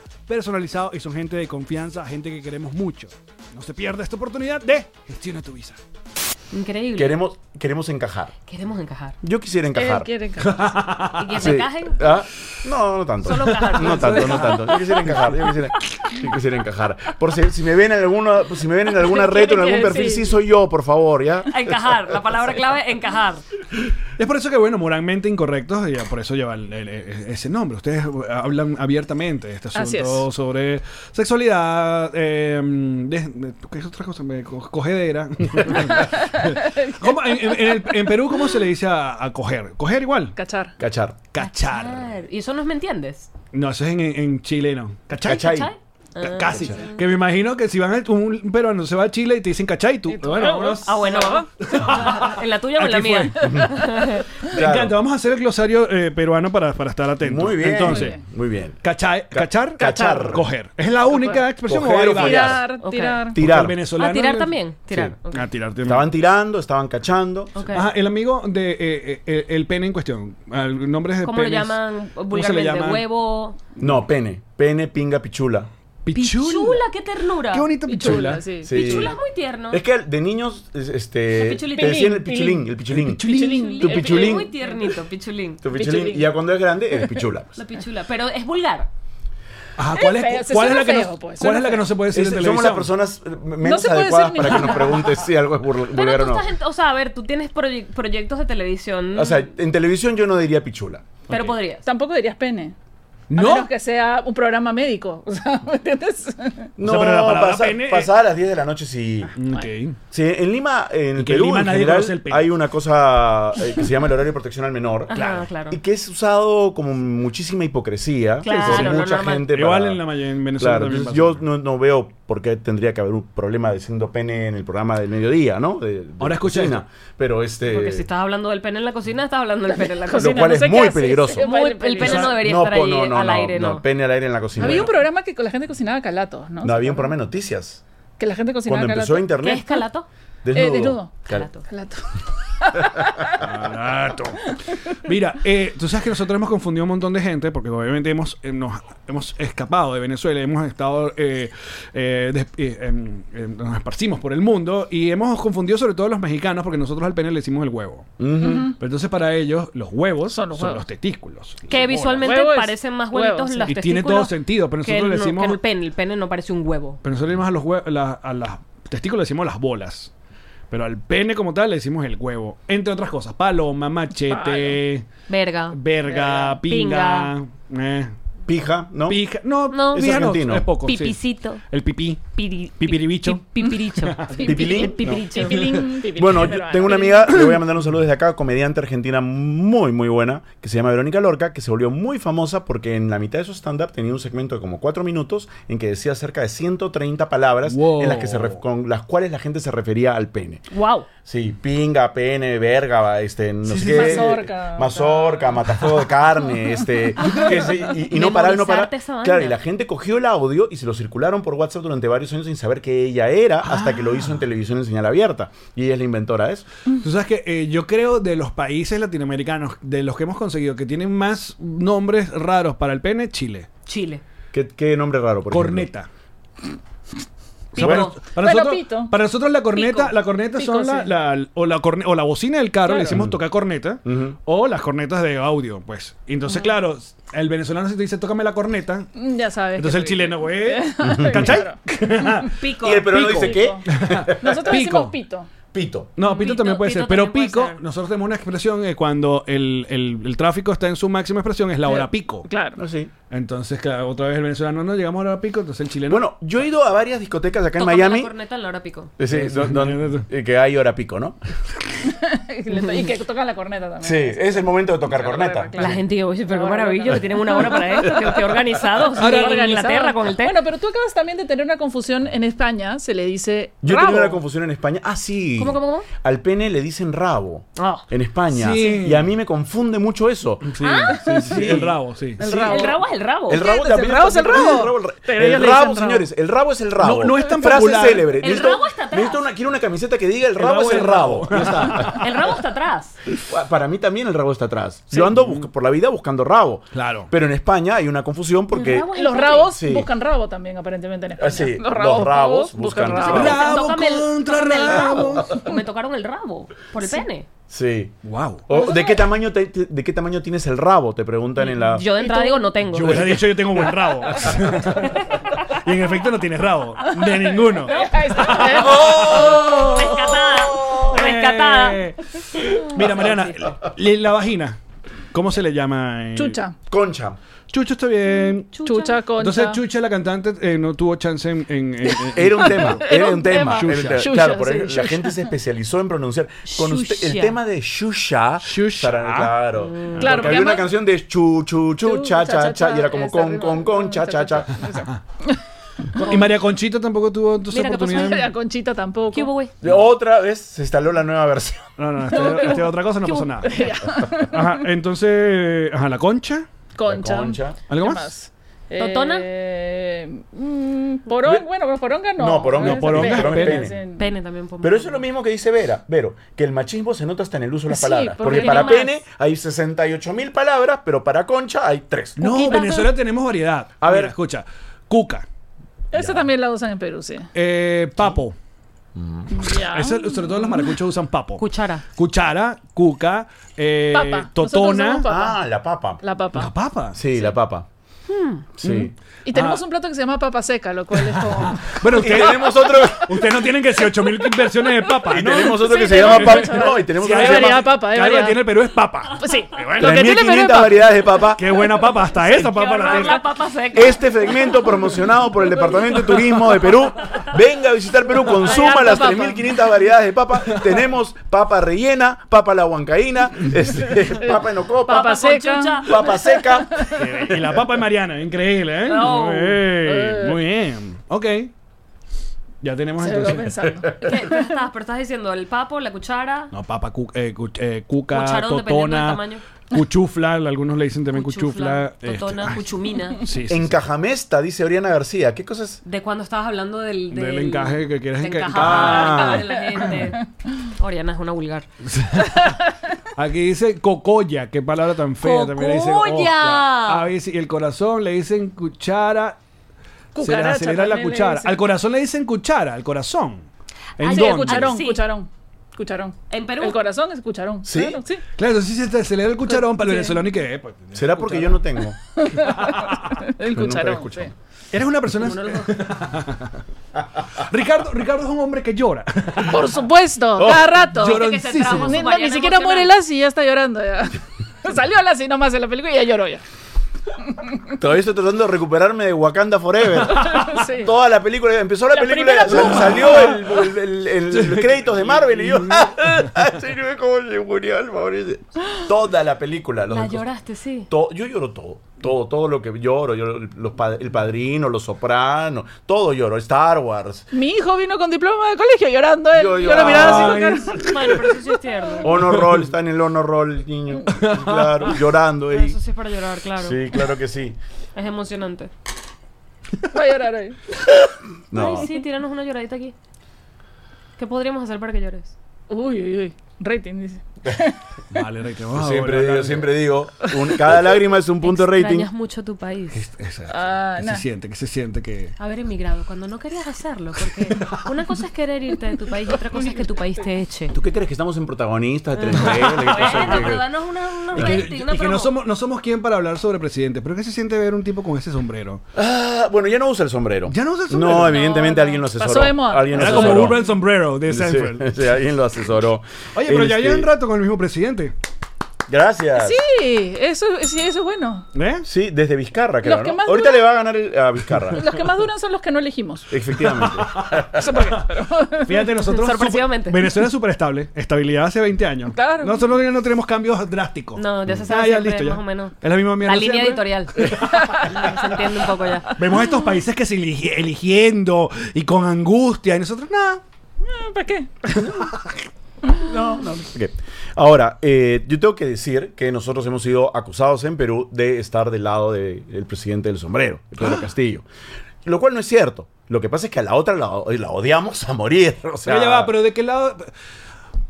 personalizado y son gente de confianza, gente que queremos mucho. No se pierda esta oportunidad de Gestiona tu Visa.
Increíble.
Queremos, queremos encajar.
Queremos encajar.
Yo quisiera
Él
encajar.
quiere encajar.
(laughs)
ah,
Y que
Sí.
me encajen.
Ah, No, no tanto.
Solo encajar.
No tanto, no tanto. Yo quisiera encajar. Yo quisiera, yo quisiera encajar. Por si, si me ven en alguna, por si me ven en alguna
¿Qué
red o en algún
quiere
perfil, sí
decir?
soy yo, por favor, ¿ya?
Encajar. La palabra clave, encajar.
Es por eso que, bueno, moralmente incorrectos, y por eso lleva el- el- ese nombre. Ustedes hablan abiertamente de este
Así
asunto sobre sexualidad, eh, de- ¿qué es otra cosa? Me co- Cogedera. ¿Cómo? En, en- en el- en Perú, ¿cómo se le dice a, a coger? ¿Coger igual?
Cachar.
Cachar.
Cachar.
Y eso nos me entiendes.
No, eso es en, en chileno. ¿Cachar?
Cachai.
¿Cachai? Ah.
Ca- Casi. Que me imagino que si van a, un peruano se va a Chile y te dicen cachai, tú. Bueno, vámonos.
Ah, bueno. en la tuya o en la
Aquí
mía.
fue. Me
Claro.
encanta. Vamos a hacer el glosario eh, peruano para, para estar atentos.
Muy bien.
Entonces,
muy bien.
cachai- cachar,
cachar.
coger. Es la única expresión
Coger
o
o
hay
follar.
varias?
Tirar,
Ok.
tirar.
Porque
Tirar.
el venezolano
Ah, tirar
le-
también. Tirar.
Sí.
ok.
Ah, tirar también.
Estaban tirando, estaban cachando.
Ok.
Ajá, el amigo de eh, eh, el pene en cuestión. Al- Nombres de
¿Cómo lo
penes.
llaman
¿Cómo se le
vulgarmente?
llama?
Huevo.
No, pene. Pene, pinga, pichula.
Pichula.
Pichula, qué ternura.
Qué bonito pichula.
Pichula, sí.
Sí.
Pichula es muy tierno.
Es que de niños, es-
El
este.
pichulín.
Te decían el
Pichulín.
pichulín. El pichulín.
Pichulín.
Tu
Es
pichulín.
muy tiernito, pichulín.
Tu pichulín.
Pichulín.
Y ya cuando es grande, eres pichula. pues.
La pichula. Pero es vulgar.
Ajá, ¿cuál es,
feo, se
cuál es
suena
la que no,
feo, pues,
cuál es la
suena
que no se puede decir
Es-
en
somos las
televisión?
personas eh, menos
se puede
adecuadas
decir
para
ni-
que nos preguntes si algo es burla-
Pero
vulgar o
tú
no.
estás en- o sea, a ver, tú tienes proye- proyectos de televisión.
O sea, en televisión yo no diría pichula.
pero podrías.
Tampoco dirías pene. A
No.
menos que sea un programa médico. (laughs) O sea, ¿me entiendes?
No,
pero la palabra
pasa-
pene eh, es-
pasada las 10 de la noche sí.
Ok.
Sí, en Lima, en
Y que en
Perú,
Lima
en
nadie
general,
conoce el pene.
hay una cosa eh, que se llama el horario de protección al menor.
Ajá, Claro. claro.
Y que es usado como muchísima hipocresía
Claro,
por
lo
mucha
normal.
gente.
Igual en la may- en Venezuela
Claro,
también
entonces
pasa.
yo no, no veo por qué tendría que haber un problema diciendo pene en el programa del mediodía, ¿no? De- de
Ahora escucha
cocina.
esto.
Pero este...
Porque si estás hablando del pene en la cocina, estás hablando del pene en la
Lo
cocina.
cual
no
es
sé qué
muy
haces.
peligroso.
Es muy
Muy- el
peligroso.
pene no debería estar
po-
ahí al aire, no.
pene al aire en la cocina.
Había un
Bueno.
programa que la gente cocinaba calatos, ¿no?
No, había un programa de noticias.
Que la gente cocinaba
Cuando
calatos.
empezó
¿Qué
internet.
es calato?
Desnudo.
Eh, desnudo.
Claro.
Calato.
Calato.
(laughs)
Barato. Mira, eh, tú sabes que nosotros hemos confundido un montón de gente porque obviamente hemos, eh, nos, hemos escapado de Venezuela, hemos estado, eh, eh, des- eh, em, em, nos esparcimos por el mundo y hemos confundido sobre todo a los mexicanos porque nosotros al pene le decimos el huevo. Pero
Ujú.
entonces para ellos los huevos son
Son
los,
los huevos.
testículos.
Que
Son bolas.
visualmente
Huevo es-
parecen más
huevo,
bonitos
sí.
las
Y tiene todo sentido, pero nosotros le decimos-
el pene, el pene no parece un huevo.
Pero nosotros le llamamos a los huevos, a las testículos le decimos las bolas. Pero al pene como tal le decimos el huevo. Entre otras cosas. Paloma, machete,
Verga.
verga, pinga. eh,
Pija, ¿no?
pija. No,
No.
pija
Es
no,
argentino.
es poco. sí.
Pipicito.
El pipí.
Piri-
Pipiribicho.
pi- Pipiricho.
(laughs)
Pipilín.
El pipiricho.
Pipilín, pipilín,
Bueno, yo
pero
tengo una
pipilín.
amiga, le voy a mandar un saludo desde acá, comediante argentina muy, muy buena, que se llama Verónica Lorca, que se volvió muy famosa porque en la mitad de su stand-up tenía un segmento de como cuatro minutos en que decía cerca de 130 palabras
Wow.
en las que se ref- con las cuales la gente se refería al pene.
Wow.
Sí, pinga, pene, verga, va, este, no
Sí,
sé
sí,
qué.
mazorca.
Mazorca, matafuego de carne, este. que sí, y, y no parar, no parar.
Memorizarte esa vaina.
Claro, y la gente cogió el audio y se lo circularon por WhatsApp durante varios años sin saber que ella era, hasta que lo hizo en televisión en señal abierta. Y ella es la inventora de eso.
Tú sabes que eh, yo creo de los países latinoamericanos, de los que hemos conseguido que tienen más nombres raros para el pene, Chile.
Chile.
Qué, qué nombre raro, por
corneta. O sea,
Pico.
para, para
Pero
nosotros,
pito.
para nosotros la corneta,
Pico.
la corneta
Pico,
son la,
sí.
la- o, la corne- o la bocina del carro, le decimos tocar corneta,
Ujú.
o las cornetas de audio, pues. Y Entonces, claro, el venezolano si te dice tócame la corneta,
Mm, Ya sabes.
entonces el
que-
chileno, güey.
(laughs) Claro.
¿Cachai?
ejemplo. Y el peruano
Pico.
dice, ¿qué?
(laughs) Nosotros decimos pito.
Pito.
No, pito,
Pito-
también puede
pito
ser. Pero
también
pico,
puede ser.
nosotros tenemos una expresión eh, cuando el, el- el tráfico está en su máxima expresión, es la hora pico.
Claro.
Así.
Entonces, claro, otra vez el venezolano no llegamos a la hora pico, entonces el chileno.
Bueno, yo he ido a varias discotecas acá en
Tócame
Miami.
La corneta en la hora pico.
Sí, do- don- eh, que hay hora pico, ¿no?
(laughs) y que tocan la corneta también.
Sí, es el momento de tocar corneta.
Claro.
La gente digo, oye, pero qué
Ahora,
maravilla
ahora.
que tienen una hora para esto, que, que (laughs) organizados.
Ahora
en
organizado.
Inglaterra con el té.
Bueno, pero tú acabas también de tener una confusión en España, se le dice
Yo
rabo.
tenía una confusión en España. Ah, sí.
¿Cómo, cómo, cómo?
Al pene le dicen rabo.
Ah.
En España.
Sí.
Y a mí me confunde mucho eso.
Sí, sí, sí, el rabo, sí.
El rabo.
El rabo es el rabo.
El rabo,
Entonces,
también-
el rabo es el
también-
rabo.
El rabo,
Pero ellos
el
le dicen
rabo,
rabo.
señores. El rabo es el rabo.
No- no es tan
Frase
popular.
célebre.
El
Necesito-
rabo está atrás.
necesito una, quiero una camiseta que diga el rabo es el rabo. Ya está.
(laughs)
El rabo está atrás.
Para mí también el rabo está atrás. Yo ando busca- por la vida buscando rabo.
Claro.
Pero en España hay una confusión porque...
rabo es-
Los rabos
Sí.
buscan rabo también, aparentemente en España.
Ah, sí. Los rabos buscan rabo.
Entonces,
Rabo
tócame el-
contra
tócame el
rabo.
Me tocaron el rabo por el pene.
Sí.
Wow.
O, ¿de, qué tamaño te- te- ¿De qué tamaño tienes el rabo? Te preguntan en la... (laughs)
Yo de entrada digo, no tengo.
Yo hubiera dicho yo tengo buen rabo. y en efecto no tienes rabo. De ninguno.
Ahí
(laughs)
está, ¿eh?
Oh.
Rescatada. Rescatada.
Eh, Mira, Mariana, le- la vagina. ¿Cómo se le llama? eh?
Chucha.
Concha.
Chucho está bien.
Chucha, concha.
Entonces Chucha, la cantante, eh, no tuvo chance en... en- en- en-
Era un tema, (laughs) era un tema. era
tema.
un tema.
Shusha,
claro, por
sí,
eso la
shusha.
gente se especializó en pronunciar. Con usted- el
Shusha.
tema de Shusha.
Shusha.
para- Mm. claro. Porque
porque
había una
además-
canción de Chu, Chu, Chu, Cha, Cha, Cha. Y era como
esa
con,
rima.
con, con, Cha, Cha, Cha.
Exacto.
Y María Conchita tampoco tuvo entonces
Mira, ¿qué pasó?
oportunidad.
La conchita tampoco.
¿Qué hubo,
(laughs)
güey?
Otra vez se instaló la nueva versión.
No, no, este, este otra cosa no pasó nada. Ajá, entonces, ajá, la concha.
Concha.
La concha.
¿Algo
¿Qué
más?
Eh,
¿Totona?
mm, porón, bueno, pero poronga no.
No, poronga-
Es
poronga es
pene,
pene.
sí.
Pene también. por-
Pero eso es lo mismo que dice Vera, Vero, que el machismo se nota hasta en el uso de las
Sí,
palabras.
porque
Porque, para
tiene
pene hay 68 mil palabras, pero para concha hay tres.
No, Venezuela tenemos variedad.
A ver.
Mira, escucha. Cuca.
Esa también la usan en Perú, sí.
eh, papo.
Ya.
Eso, sobre todo los maracuchos usan papo.
Cuchara.
Cuchara, cuca, eh,
Papa. Nosotros
totona.
usamos papa.
Ah, la papa.
La papa.
La papa.
Sí, Hmm. Mm. la papa. Sí.
Y tenemos
Ah.
un plato que se llama papa seca, lo cual es como.
(laughs)
Bueno,
Y
ustedes,
tenemos otro.
ustedes no tienen que 18 mil versiones de papa,
Y
¿no?
tenemos otro que
Sí,
se llama
tenemos
papa.
mucho.
No, y tenemos
Sí,
otro
hay
que se llama
variedad, papa, hay
cada
variedad.
tiene el Perú es papa.
Pues sí,
bueno.
lo que tiene Perú es
3.500
papa.
variedades de papa.
Qué buena papa, hasta esa papa la tiene.
La papa seca.
Este segmento promocionado por el Departamento de Turismo de Perú. Venga a visitar Perú, consuma
Variedad
las
de papa.
3.500 variedades de papa. Tenemos papa rellena, papa la huancaína, este,
(laughs)
papa en ocopa,
Papa seca.
papa seca.
Y la papa de Mariana, increíble, ¿eh?
No.
Ey, Muy bien. Ok. Ya tenemos
Eh. Se lo
entonces.
quedó pensando.
¿Qué? ¿Qué estás? Eh, Pero estás diciendo el papo, la cuchara.
No, papa, cu- eh, cuch- eh, cuca,
Cucharón, dependiendo del
totona,
tamaño.
cuchufla, algunos le dicen también cuchufla. este,
totona,
ay,
cuchumina.
sí, sí,
En
sí.
Cajamesta, dice Oriana García. ¿Qué cosas?
De cuando estabas hablando del,
Del encaje que quieres
de
enca-
encajar,
Ah.
encajar en la gente. Oriana es una vulgar.
Aquí dice cocoya, qué palabra tan fea también le "Oh, dicen.
¡Cocoya!
hostia. A veces, Ah, y el corazón le dicen cuchara. Se les
Cucaracha
acelera la
también le
cuchara.
dicen.
Al corazón le dicen cuchara, al corazón. ¿En
Sí,
dónde?
cucharón,
Sí.
cucharón. Cucharón.
En Perú.
El corazón es cucharón.
¿Sí?
Claro, sí.
Claro, sí se, te- se le da el cucharón para el
Sí.
venezolano y que... eh, pues,
Será porque yo no tengo. nunca
(laughs) El
he
cucharón.
escuchado.
sí.
Eres una persona... (laughs) Ricardo, Ricardo es un hombre que llora.
Por supuesto, cada rato.
llorón.
Que se trabó
Sí,
su
Ni, no,
Mariana
ni siquiera
emocional.
(laughs)
muere Lassie y ya está llorando. Ya. Salió Lassie nomás en la película y ya lloró ya.
Todavía estoy tratando de recuperarme de Wakanda Forever.
Sí.
Toda la película, empezó la,
La
película,
primera pluma.
salió el, el, el- el- el créditos de Marvel
(laughs)
y yo. (laughs) Sí, no es como se murió el pobre. Toda la película. los-
La lloraste, sí.
to- yo lloro todo. Todo, todo lo que lloro, lloro los pa- el padrino, los sopranos, todo lloro, Star Wars,
Mi hijo vino con diploma de colegio llorando él.
Yo
Yo,
lloraba.
lo miraba así.
Ay,
con
(laughs)
cara-
Bueno, pero eso sí es tierno.
Honor Roll, está en el Honor Roll, niño, claro, llorando ahí.
Eso sí es para llorar, claro.
Sí, claro que sí.
Es emocionante.
Va a llorar ahí.
No.
Ay, sí, tíranos una lloradita aquí. ¿Qué podríamos hacer para que llores?
Uy, uy, uy. Rating, dice.
Vale, Ricardo.
Yo
vamos a
siempre,
volver a
digo,
hablar.
siempre digo, un- cada lágrima es un punto de rating.
Extrañas mucho tu país.
Exacto.
Ah,
Que
nah.
se siente, que se siente que...
Haber emigrado cuando no querías hacerlo,
(laughs)
porque una cosa es querer irte de tu país y otra cosa es que tu país te eche.
¿Tú qué crees que estamos en protagonistas de telenovela? ¿Qué cosa?
(laughs) Bueno,
¿Qué-
pero danos una, una
Y que,
rating, una
y que
promo.
no somos, no somos quien para hablar sobre presidente, pero ¿qué se siente ver un tipo con ese sombrero?
Ah, bueno, ya no usa el sombrero.
¿Ya no usa el sombrero?
No, evidentemente
No,
alguien lo
no.
asesoró.
Pasó de moda.
Alguien lo
Era
asesoró.
como Urban Sombrero de
Sí,
Seinfeld.
(laughs) sí, alguien lo asesoró.
Oye, pero ya
Este,
llevan rato con el mismo presidente.
Gracias. Sí.
Sí, eso, sí, eso es bueno.
¿Eh?
desde Vizcarra, creo.
Los que
¿no?
más
Ahorita
duran-
le va a ganar el- a
(laughs)
Vizcarra.
Los que más duran son los que no elegimos.
Efectivamente.
No sé por (laughs) qué, pero-
Fíjate, nosotros.
Sorpresivamente.
super- Venezuela es súper estable. Estabilidad hace 20 años.
Claro.
Nosotros ya no tenemos cambios drásticos.
No, ya se sabe
Ah, ya,
siempre
listo, ya.
más o menos.
Es la misma mierda.
La línea
siempre.
editorial.
(laughs)
se entiende un poco ya.
Vemos a estos países que se eligi- eligiendo y con angustia. Y nosotros, nada.
¿Para qué?
Ok. Ahora, eh, yo tengo que decir que nosotros hemos sido acusados en Perú de estar del lado de- del presidente del sombrero, de Pedro
Ah.
Castillo. Lo cual no es cierto. Lo que pasa es que a la otra la, la odiamos a morir. O sea,
Pero ya va, pero ¿de qué lado?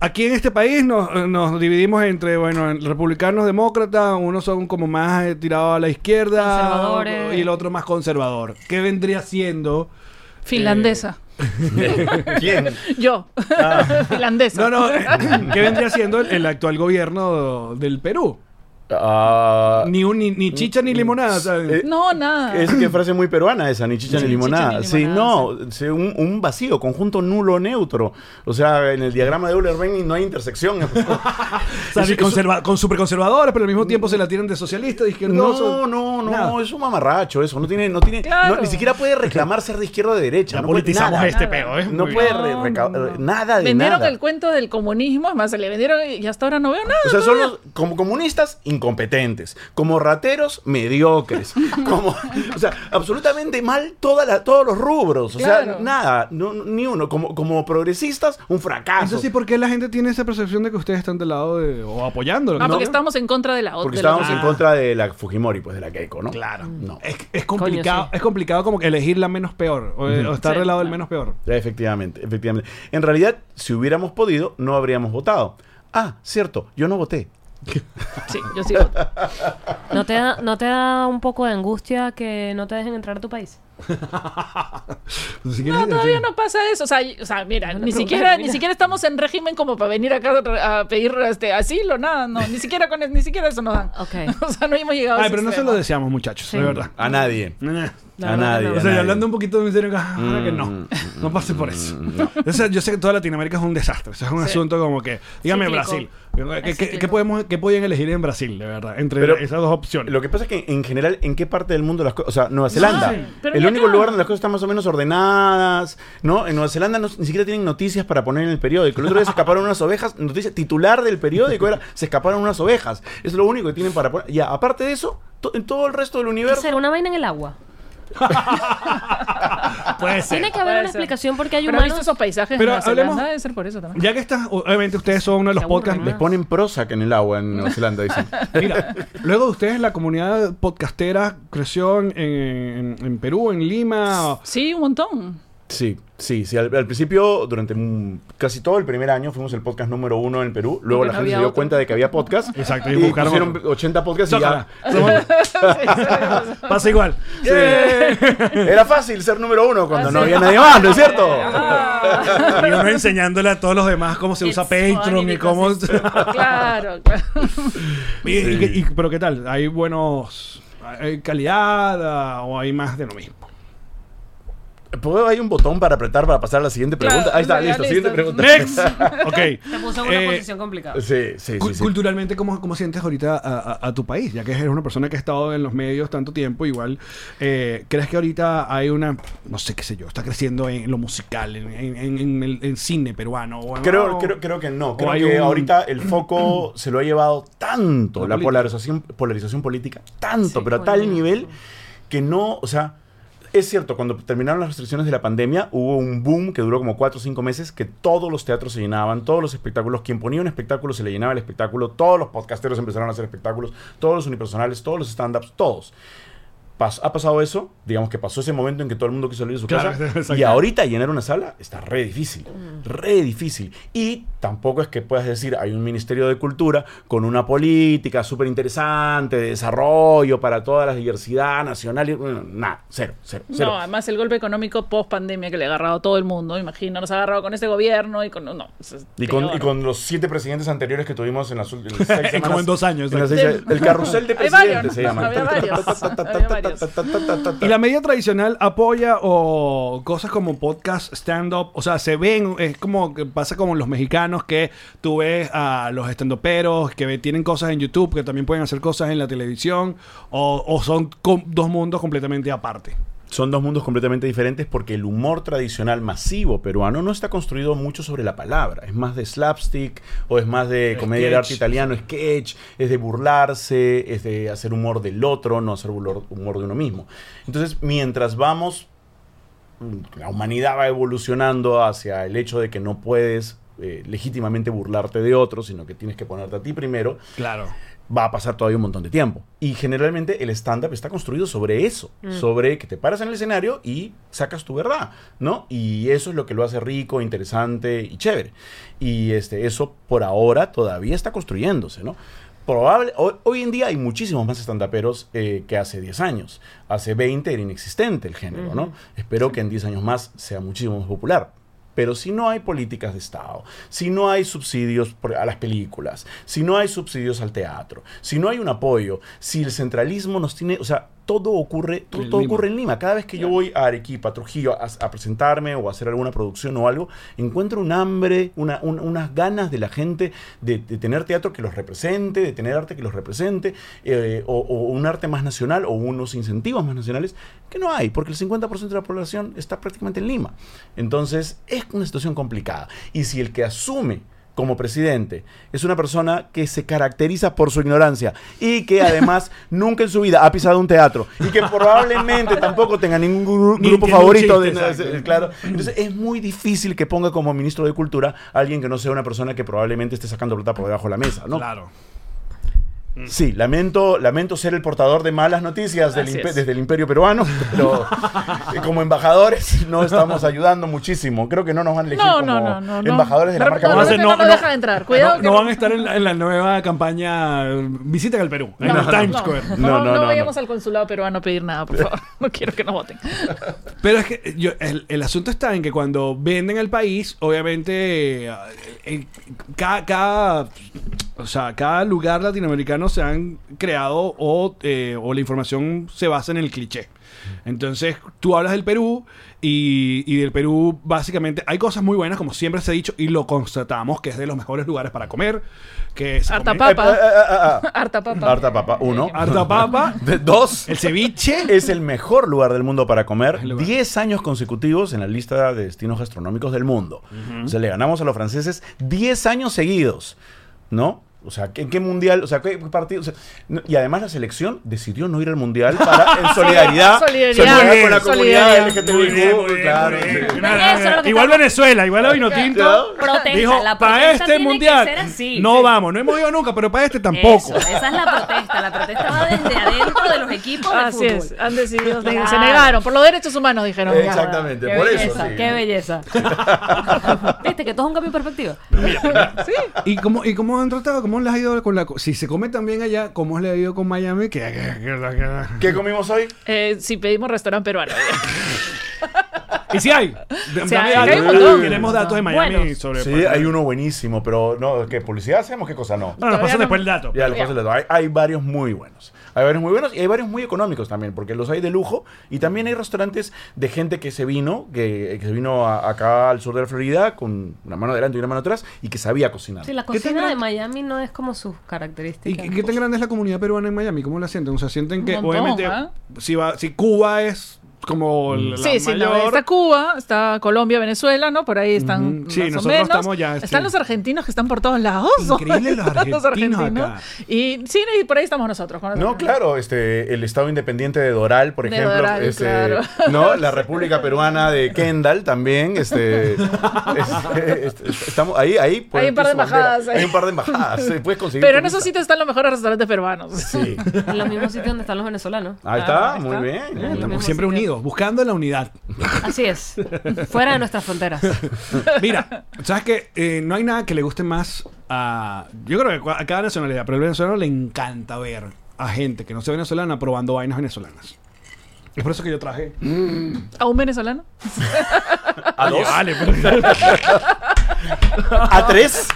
Aquí en este país nos, nos dividimos entre, bueno, en republicanos, demócratas, unos son como más eh, tirados a la izquierda
Conservadores.
y el otro más conservador. ¿Qué vendría siendo?
Finlandesa.
(laughs) ¿Quién?
Eh, Yo. (laughs)
No,
Finlandesa.
no, ¿qué vendría siendo el, el actual gobierno del Perú?
Ah,
Ni, un, ni, ni chicha ni limonada, ¿sabes?
eh,
No, nada.
Es que frase muy peruana esa, ni chicha ni limonada.
Ah. ni
Sí,
limonada,
no, sí, un, un vacío, conjunto nulo neutro. O sea, en el diagrama de euler Benning no hay intersección.
O sea, ni conserva- con superconservadores, pero al mismo tiempo se la tiran de socialista, de izquierdoso.
No, no, no,
Nada.
es un mamarracho eso. No tiene, no tiene,
Claro.
no, ni siquiera puede reclamar ser de izquierda o de derecha.
Ya
no puede-
politizamos
nada.
este peo, ¿eh?
No
Muy
puede
bien.
re- reca- eh, nada de
vendieron
nada.
el cuento del comunismo, es más, se le vendieron y hasta ahora no veo nada.
O sea, son los- como comunistas incompetentes, como rateros
(laughs)
mediocres, como, o sea, absolutamente mal toda la- todos los rubros, o sea,
Claro.
nada, no- ni uno, como, como progresistas, un fracaso.
Eso sí, ¿por qué la gente tiene esa percepción de que ustedes están del lado de, o apoyándolo?
Ah, porque estamos en contra de la otra. Ah,
porque
de la
estábamos
otra.
en contra de la Fujimori, pues de la Keiko, ¿no? Mm.
Claro.
No.
Es, es complicado,
Coño, sí.
es complicado como que elegir la menos peor o, o estar
Sí,
del lado del
claro.
menos peor.
Efectivamente, efectivamente. En realidad, si hubiéramos podido, no habríamos votado. Ah, cierto, yo no voté.
Sí, yo sigo.
¿No te, da, ¿No te da un poco de angustia que no te dejen entrar a tu país?
Así que-
No, todavía no pasa eso. O sea, y- o sea mira, ni
pregunta,
siquiera,
mira.
ni siquiera estamos en régimen como para venir acá a, a pedir este, asilo, nada, no. Ni siquiera con el- ni siquiera eso nos dan.
Ok.
(laughs) O sea, no hemos llegado a
Ay,
ese
pero no se
extremo.
lo deseamos, muchachos, de verdad.
A nadie.
Eh.
La
a
verdad
nadie.
no.
a
O sea, y
nadie.
hablando un poquito en serio, ah, ahora que no,
Mm,
no pase por eso. O sea, yo sé que toda Latinoamérica es un desastre. O sea, es un asunto como que, dígame
Cíclico.
Brasil. ¿Qué,
Es
qué-
cíclico.
qué podemos, ¿Qué podían elegir en Brasil, de verdad? Entre
Pero-
esas dos opciones.
Lo que pasa es que en general, ¿en qué parte del mundo las cosas? O sea, Nueva Zelanda.
pero
el
ni
único
acá.
lugar donde las cosas están más o menos ordenadas, ¿no? En Nueva Zelanda no- ni siquiera tienen noticias para poner en el periódico. El otro día se escaparon unas ovejas, noticia titular del periódico era, se escaparon unas ovejas. Es lo único que tienen para poner. Ya, aparte de eso, to- en todo el resto del
¿Qué
universo...
será? ¿Una vaina en el agua?
Ah, Puede ser.
Tiene que haber
Puede
una
ser.
explicación porque hay
Pero has visto
humanos...
esos paisajes
Pero
en Nueva Zelanda,
hablemos-
debe ser por eso también.
Ya que estás, obviamente ustedes son uno de los
Se aburre,
podcasts
Les ponen Prozac en el agua en Nueva Zelanda,
(laughs)
dicen.
Mira, luego de ustedes la comunidad podcastera creció en, en- en Perú, en Lima.
Sí, un montón.
Sí, sí, sí. Al, al principio, durante mm, casi todo el primer año, fuimos el podcast número uno en Perú. Luego la gente
Porque no
se
había
dio
otro.
cuenta de que había podcast.
Exacto, y
Y,
buscaron
pusieron
otro.
80 podcasts y ya.
Chócala.
(laughs)
Somos- Pasa igual.
Era fácil ser número uno cuando
Ah,
no había nadie más, ¿no es cierto?
Y
(laughs)
uno enseñándole a todos los demás cómo se usa Patreon y cómo. (laughs)
Claro, (laughs) claro.
Y- y- y- pero ¿qué tal? ¿Hay buenos. ¿Hay calidad ah, o hay más de lo mismo?
¿Puedo? Hay un botón para apretar para pasar a la siguiente pregunta.
Claro,
Ahí está,
ya
listo,
listo.
siguiente pregunta.
Next. (laughs) Ok.
Te puso en una
Eh,
posición complicada.
Sí, sí,
Cu-
sí. sí.
Culturalmente, ¿cómo, ¿cómo sientes ahorita a, a- a tu país? Ya que eres una persona que ha estado en los medios tanto tiempo, igual, eh, ¿crees que ahorita hay una, no sé qué sé yo, está creciendo en lo musical, en, en- en- en el en cine peruano? o en-
Creo,
o-
creo, creo que no.
o
Creo
hay
que
un-
ahorita
(clears throat)
el foco se lo ha llevado
La
tanto, la,
política.
polarización, polarización política, tanto,
Sí,
pero a tal
político.
nivel que no, o sea, es cierto, cuando terminaron las restricciones de la pandemia, hubo un boom que duró como 4 o 5 meses, que todos los teatros se llenaban, todos los espectáculos, quien ponía un espectáculo se le llenaba el espectáculo, todos los podcasteros empezaron a hacer espectáculos, todos los unipersonales, todos los stand-ups, todos. Pas- ha pasado eso, digamos que pasó ese momento en que todo el mundo quiso salir de su
Claro,
casa.
(laughs) exacto.
Y ahorita llenar una sala está re difícil, re difícil. Y tampoco es que puedas decir, hay un Ministerio de Cultura con una política súper interesante de desarrollo para toda la diversidad nacional. y- bueno, nada, cero, cero, (laughs) cero.
No, además el golpe económico post pandemia que le ha agarrado a todo el mundo, imagino, nos ha agarrado con este gobierno y con. No, eso es
y, con,
peor.
y con los siete presidentes anteriores que tuvimos en las últimas seis semanas.
Como en dos años,
en las
exacto.
seis- el carrusel de
Hay varios,
presidentes se
¿no?
llama.
Había varios, había varios.
¿Y la media tradicional apoya o cosas como podcast, stand-up? O sea, se ven, es como que pasa como los mexicanos que tú ves a los stand-uperos que ve- tienen cosas en YouTube, que también pueden hacer cosas en la televisión, o, o son com- dos mundos completamente aparte.
Son dos mundos completamente diferentes porque el humor tradicional masivo peruano no está construido mucho sobre la palabra. Es más de slapstick o es más de comedia de
Sketch.
arte italiano, sketch, es de burlarse, es de hacer humor del otro, no hacer bulor- humor de uno mismo. Entonces, mientras vamos, mm, la humanidad va evolucionando hacia el hecho de que no puedes eh, legítimamente burlarte de otro, sino que tienes que ponerte a ti primero
Claro.
va a pasar todavía un montón de tiempo. Y generalmente el stand-up está construido sobre eso, sobre que te paras en el escenario y sacas tu verdad, ¿no? Y eso es lo que lo hace rico, interesante y chévere. Y este, eso por ahora todavía está construyéndose, ¿no? Probable, hoy, hoy en día hay muchísimos más stand-uperos eh, que hace 10 años. Hace 20 era inexistente el género, ¿no? Espero que en 10 años más sea muchísimo más popular. Pero si no hay políticas de Estado, si no hay subsidios por- a las películas, si no hay subsidios al teatro, si no hay un apoyo, si el centralismo nos tiene, o sea, todo ocurre, to-
En
todo
Lima.
ocurre en Lima. Cada vez que yo voy a Arequipa, a Trujillo, a, a presentarme o a hacer alguna producción o algo, encuentro un hambre, una- un- unas ganas de la gente de, de tener teatro que los represente, de tener arte que los represente, eh, o, o un arte más nacional o unos incentivos más nacionales, que no hay, porque el 50% de la población está prácticamente en Lima. Entonces, es una situación complicada. Y si el que asume como presidente es una persona que se caracteriza por su ignorancia y
(laughs)
que además nunca en su vida ha pisado un teatro y
(laughs)
que probablemente tampoco tenga ningún gru-
Ni
grupo
que
favorito
luche,
de-
exacto.
de- claro entonces es muy difícil que ponga como ministro de cultura a alguien que no sea una persona que probablemente esté sacando plata por debajo de la mesa no
Claro.
Mm.
sí lamento lamento ser el portador de malas noticias del
Así
impe-
es.
desde el imperio peruano
(laughs)
pero eh, como embajadores no estamos ayudando muchísimo creo que no nos van a elegir
No,
como
no, no, no, no.
embajadores de la
Pero-
marca
no,
Puma.
no, no, no deja de entrar. Cuidado
No,
que
no
no-
van a estar en la, en la nueva campaña eh, Visita al Perú, en el
No,
Times
no,
Square.
No,
No, no,
no,
no, no.
vayamos al consulado peruano a pedir nada, por favor. (laughs) No quiero que nos voten.
Pero es que eh, yo- el, el asunto está en que cuando venden el país, obviamente eh, eh, cada, cada- o sea, cada lugar latinoamericano se han creado o, eh, o la información se basa en el cliché. Entonces tú hablas del Perú y, y del Perú básicamente hay cosas muy buenas como siempre se ha dicho y lo constatamos que es de los mejores lugares para comer. Que se
Harta
come-
papa.
Eh, eh, eh, eh, eh.
Harta papa.
Harta papa, uno.
Harta papa.
(laughs) De- dos.
El ceviche.
Es el mejor lugar del mundo para comer.
El lugar.
10 años consecutivos en la lista de destinos gastronómicos del mundo. O sea, le ganamos a los franceses 10 años seguidos, ¿no? O sea, ¿en qué mundial? O sea, ¿qué partido? O sea, no- y además la selección decidió no ir al mundial para,
(laughs)
en solidaridad,
Solidaridad.
solidaridad con la
Solidaridad.
comunidad LGTBIQ, claro. sí.
Eso es lo que
Igual
está-
Venezuela, igual hoy no tinto.
Protesta,
Dijo,
la
para
protesta
este
tiene que
mundial.
ser así".
no
Sí.
vamos, no hemos ido nunca, pero para este
Eso,
tampoco.
esa es la protesta. La protesta va desde adentro de los equipos de
Así
fútbol.
es, han decidido, se se negaron, por los derechos humanos dijeron. ya.
Exactamente, por eso.
belleza,
sí.
qué
(laughs)
belleza. Viste que todo es un cambio de perspectiva.
¿Y cómo, ¿Y cómo han tratado? ¿Cómo les ha ido con la... co- Si se come tan bien allá, ¿cómo les ha ido con Miami? Que...
¿Qué comimos hoy?
Eh, si pedimos restaurante peruano.
¿Y si hay? Dame
Si hay,
datos.
hay un montón.
Tenemos datos de Miami
Bueno.
sobre...
Sí,
eh.
hay uno buenísimo, pero no, ¿qué publicidad hacemos? ¿Qué cosa no?
Bueno, nos
Todavía
pasan
no-
después el dato.
Ya, los paso les doy. hay, hay varios muy buenos. Hay varios muy buenos y hay varios muy económicos también, porque los hay de lujo y también hay restaurantes de gente que se vino, que, que se vino a- acá al sur de la Florida con una mano delante y una mano atrás y que sabía cocinar.
Sí, la
¿Qué tan
cocina de
gran-
Miami no es como sus
¿Y
características.
qué, qué tan grande es la comunidad peruana en Miami? ¿Cómo la sienten? O sea, sienten que,
Un montón,
obviamente,
¿ah?
si, va, si Cuba es como la
Sí, sí, no,
mayor...
está Cuba, está Colombia, Venezuela, ¿no? Por ahí están
Ujú. Sí,
más o
nosotros
menos.
estamos ya,
Están
sí.
los argentinos que están por todos lados. (laughs)
Increíble los argentinos acá.
Y sí, y por ahí estamos nosotros. con
No,
nosotros.
claro, este, el Estado Independiente de Doral, por
De
ejemplo,
Doral,
este,
claro.
(laughs) no, la República Peruana de Kendall también,
(laughs)
este, este, este, estamos ahí, ahí, pueden
un
ver
par de
su bandera.
embajadas ahí.
hay un par de embajadas, sí, puedes conseguir.
Pero
tu
en esos
visa.
sitios están los mejores restaurantes peruanos. (laughs)
Sí.
En los mismos sitios donde están los venezolanos.
Ahí está,
Ah, ahí
muy
está.
bien.
Eh,
Lo mismo
Estamos siempre
sitio.
unidos, buscando la unidad.
Así
(laughs)
es. Fuera de nuestras fronteras.
Mira, sabes que no hay nada que le guste más a. Yo creo que cua- a cada nacionalidad, pero al venezolano le encanta ver a gente que no sea venezolana probando vainas venezolanas. Es por eso que yo traje.
Mm. ¿A un venezolano?
¿A dos?
Vale, pero-
pues. ¿A tres?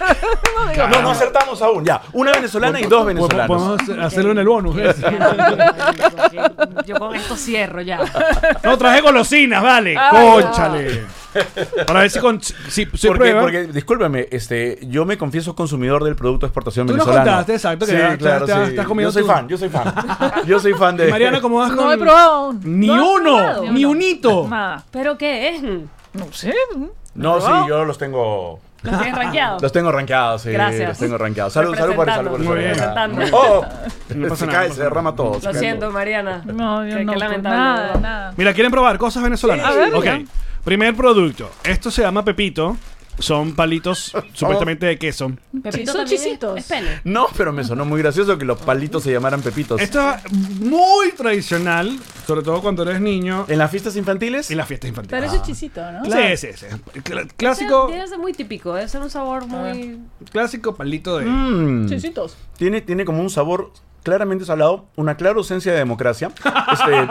No, no acertamos aún. Ya, una venezolana y dos
podemos
venezolanos.
podemos hacer- hacerlo en el bonus.
(laughs)
¿eh?
Yo con esto cierro ya.
No, traje golosinas, vale.
Ah,
Cónchale. Para ver si con. Si, si
Porque,
prueba.
porque, discúlpame, este, yo me confieso consumidor del producto de exportación
Tú nos
venezolano.
contaste, exacto, que
sí,
ya- ya
claro,
te has-
sí.
te has comido
Yo soy
tú.
fan, yo soy fan.
(laughs)
Yo soy fan de...
Mariana, ¿cómo vas
No
con-
he probado aún.
Ni
has
uno,
probado?
ni
No.
unito.
Nada.
¿Pero qué es?
No sé.
No, sí, yo los tengo...
¿Lo tienes rankeado?
Los tengo rankeados, sí.
Gracias.
Los tengo rankeados. Salud, salud por eso. Salud por eso.
Muy bien.
Representando.
Oh,
No pasa nada, no
se cae, se
pasa
derrama todo. se
Lo
cae
siento,
todo.
Mariana.
No, yo
Qué-
no.
qué lamentable.
nada,
¿verdad?
nada.
Mira, ¿quieren probar cosas venezolanas?
Sí, a ver,
ok.
ya.
Primer producto. Esto se llama Pepito. Son
(laughs)
palitos supuestamente de queso.
Pepito
Son
también es-
chisitos.
Es pene.
No, pero me sonó muy gracioso que los palitos se llamaran pepitos.
Esto es muy tradicional, sobre todo cuando eres niño,
¿En las fiestas infantiles?
en las fiestas infantiles. Ah,
Pero eso es chisito, ¿no?
Sí, sí, sí. Cl- clásico,
Debe ser muy típico, debe ser un sabor muy.
clásico palito de...
Mm.
Chisitos. (laughs)
Tiene, tiene como un sabor claramente salado, una clara ausencia de democracia. (laughs) Este,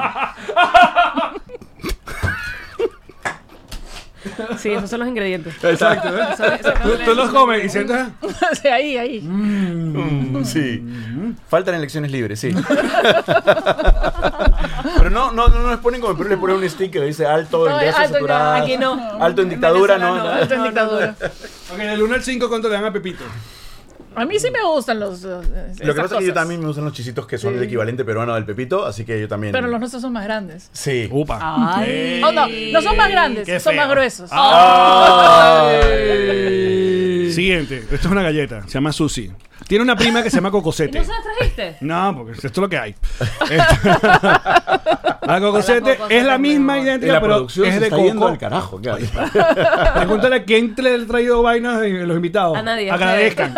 Ah.
Sí, esos son los ingredientes.
exacto. ¿eh?
Son- son-
Tú, tú los comes y sientes...
Sí, ahí, ahí.
Mm, sí. Faltan elecciones libres, sí. (laughs) Pero no, no, no nos ponen como en Perú, le ponen un sticker que dice alto en
No,
grasa
alto en-
saturada.
aquí no.
Alto en dictadura, (laughs) no.
Venezuela
no.
Esto es dictadura.
Ok, del 1 al 5, ¿cuánto le dan a Pepito?
A mí sí me gustan los. los-
Lo que pasa es
esas
que yo
cosas.
también me gustan los chisitos que son el equivalente peruano del pepito, así que yo también.
Pero los nuestros son más grandes.
Sí.
Upa.
Ay.
Oh, no, no son más grandes,
Qué
son
feo. Ah.
más gruesos.
Ay.
Siguiente. Esto es una galleta. Se llama Susi. Tiene una prima que se llama Cocosete.
¿No se las trajiste?
No, porque esto es lo que hay. Este- (laughs) la cocosete
Cocosete
es la
es
misma
mejor.
Y
idéntica,
la
pero
producción
es
se
de
está yendo
coco.
al carajo. ¿qué haces?
Pregúntale a quién le ha traído vainas de los invitados.
A nadie.
Agradezcan.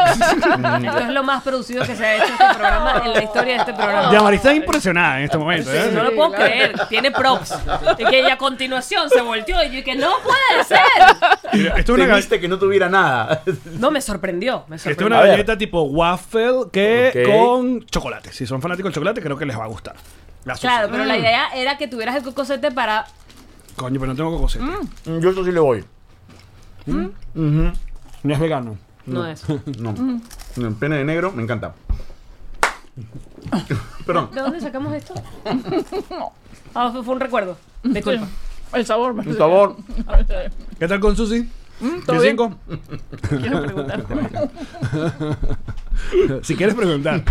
Esto es lo más producido que se ha hecho este programa en la historia de este programa.
(laughs) Ya, Marisa está impresionada en este momento. ¿eh?
No lo puedo creer, tiene props. Y que y a continuación se volteó y yo que no puede ser.
Mira, Esto es una, ga-
Temiste que no tuviera nada.
No, me sorprendió, me
esto es
sorprendió.
una
A ver.
galleta tipo waffle que
Ok.
con chocolate. Si son fanáticos del chocolate, creo que les va a gustar. La Susi.
Claro, pero
Mm.
la idea era que tuvieras el cocosete para.
Coño, pero no tengo cocosete.
Mm.
Yo eso sí le voy.
No es vegano.
No es.
No. No, Pene de negro, me encanta. Perdón.
¿De dónde sacamos (laughs) esto? Ah, fue, fue un recuerdo. Disculpa.
El sabor.
Un sabor.
¿Qué tal con Susi?
todo
Mm,
¿De
bien.
cinco?
Quiero preguntarte.
(laughs) Si quieres preguntar.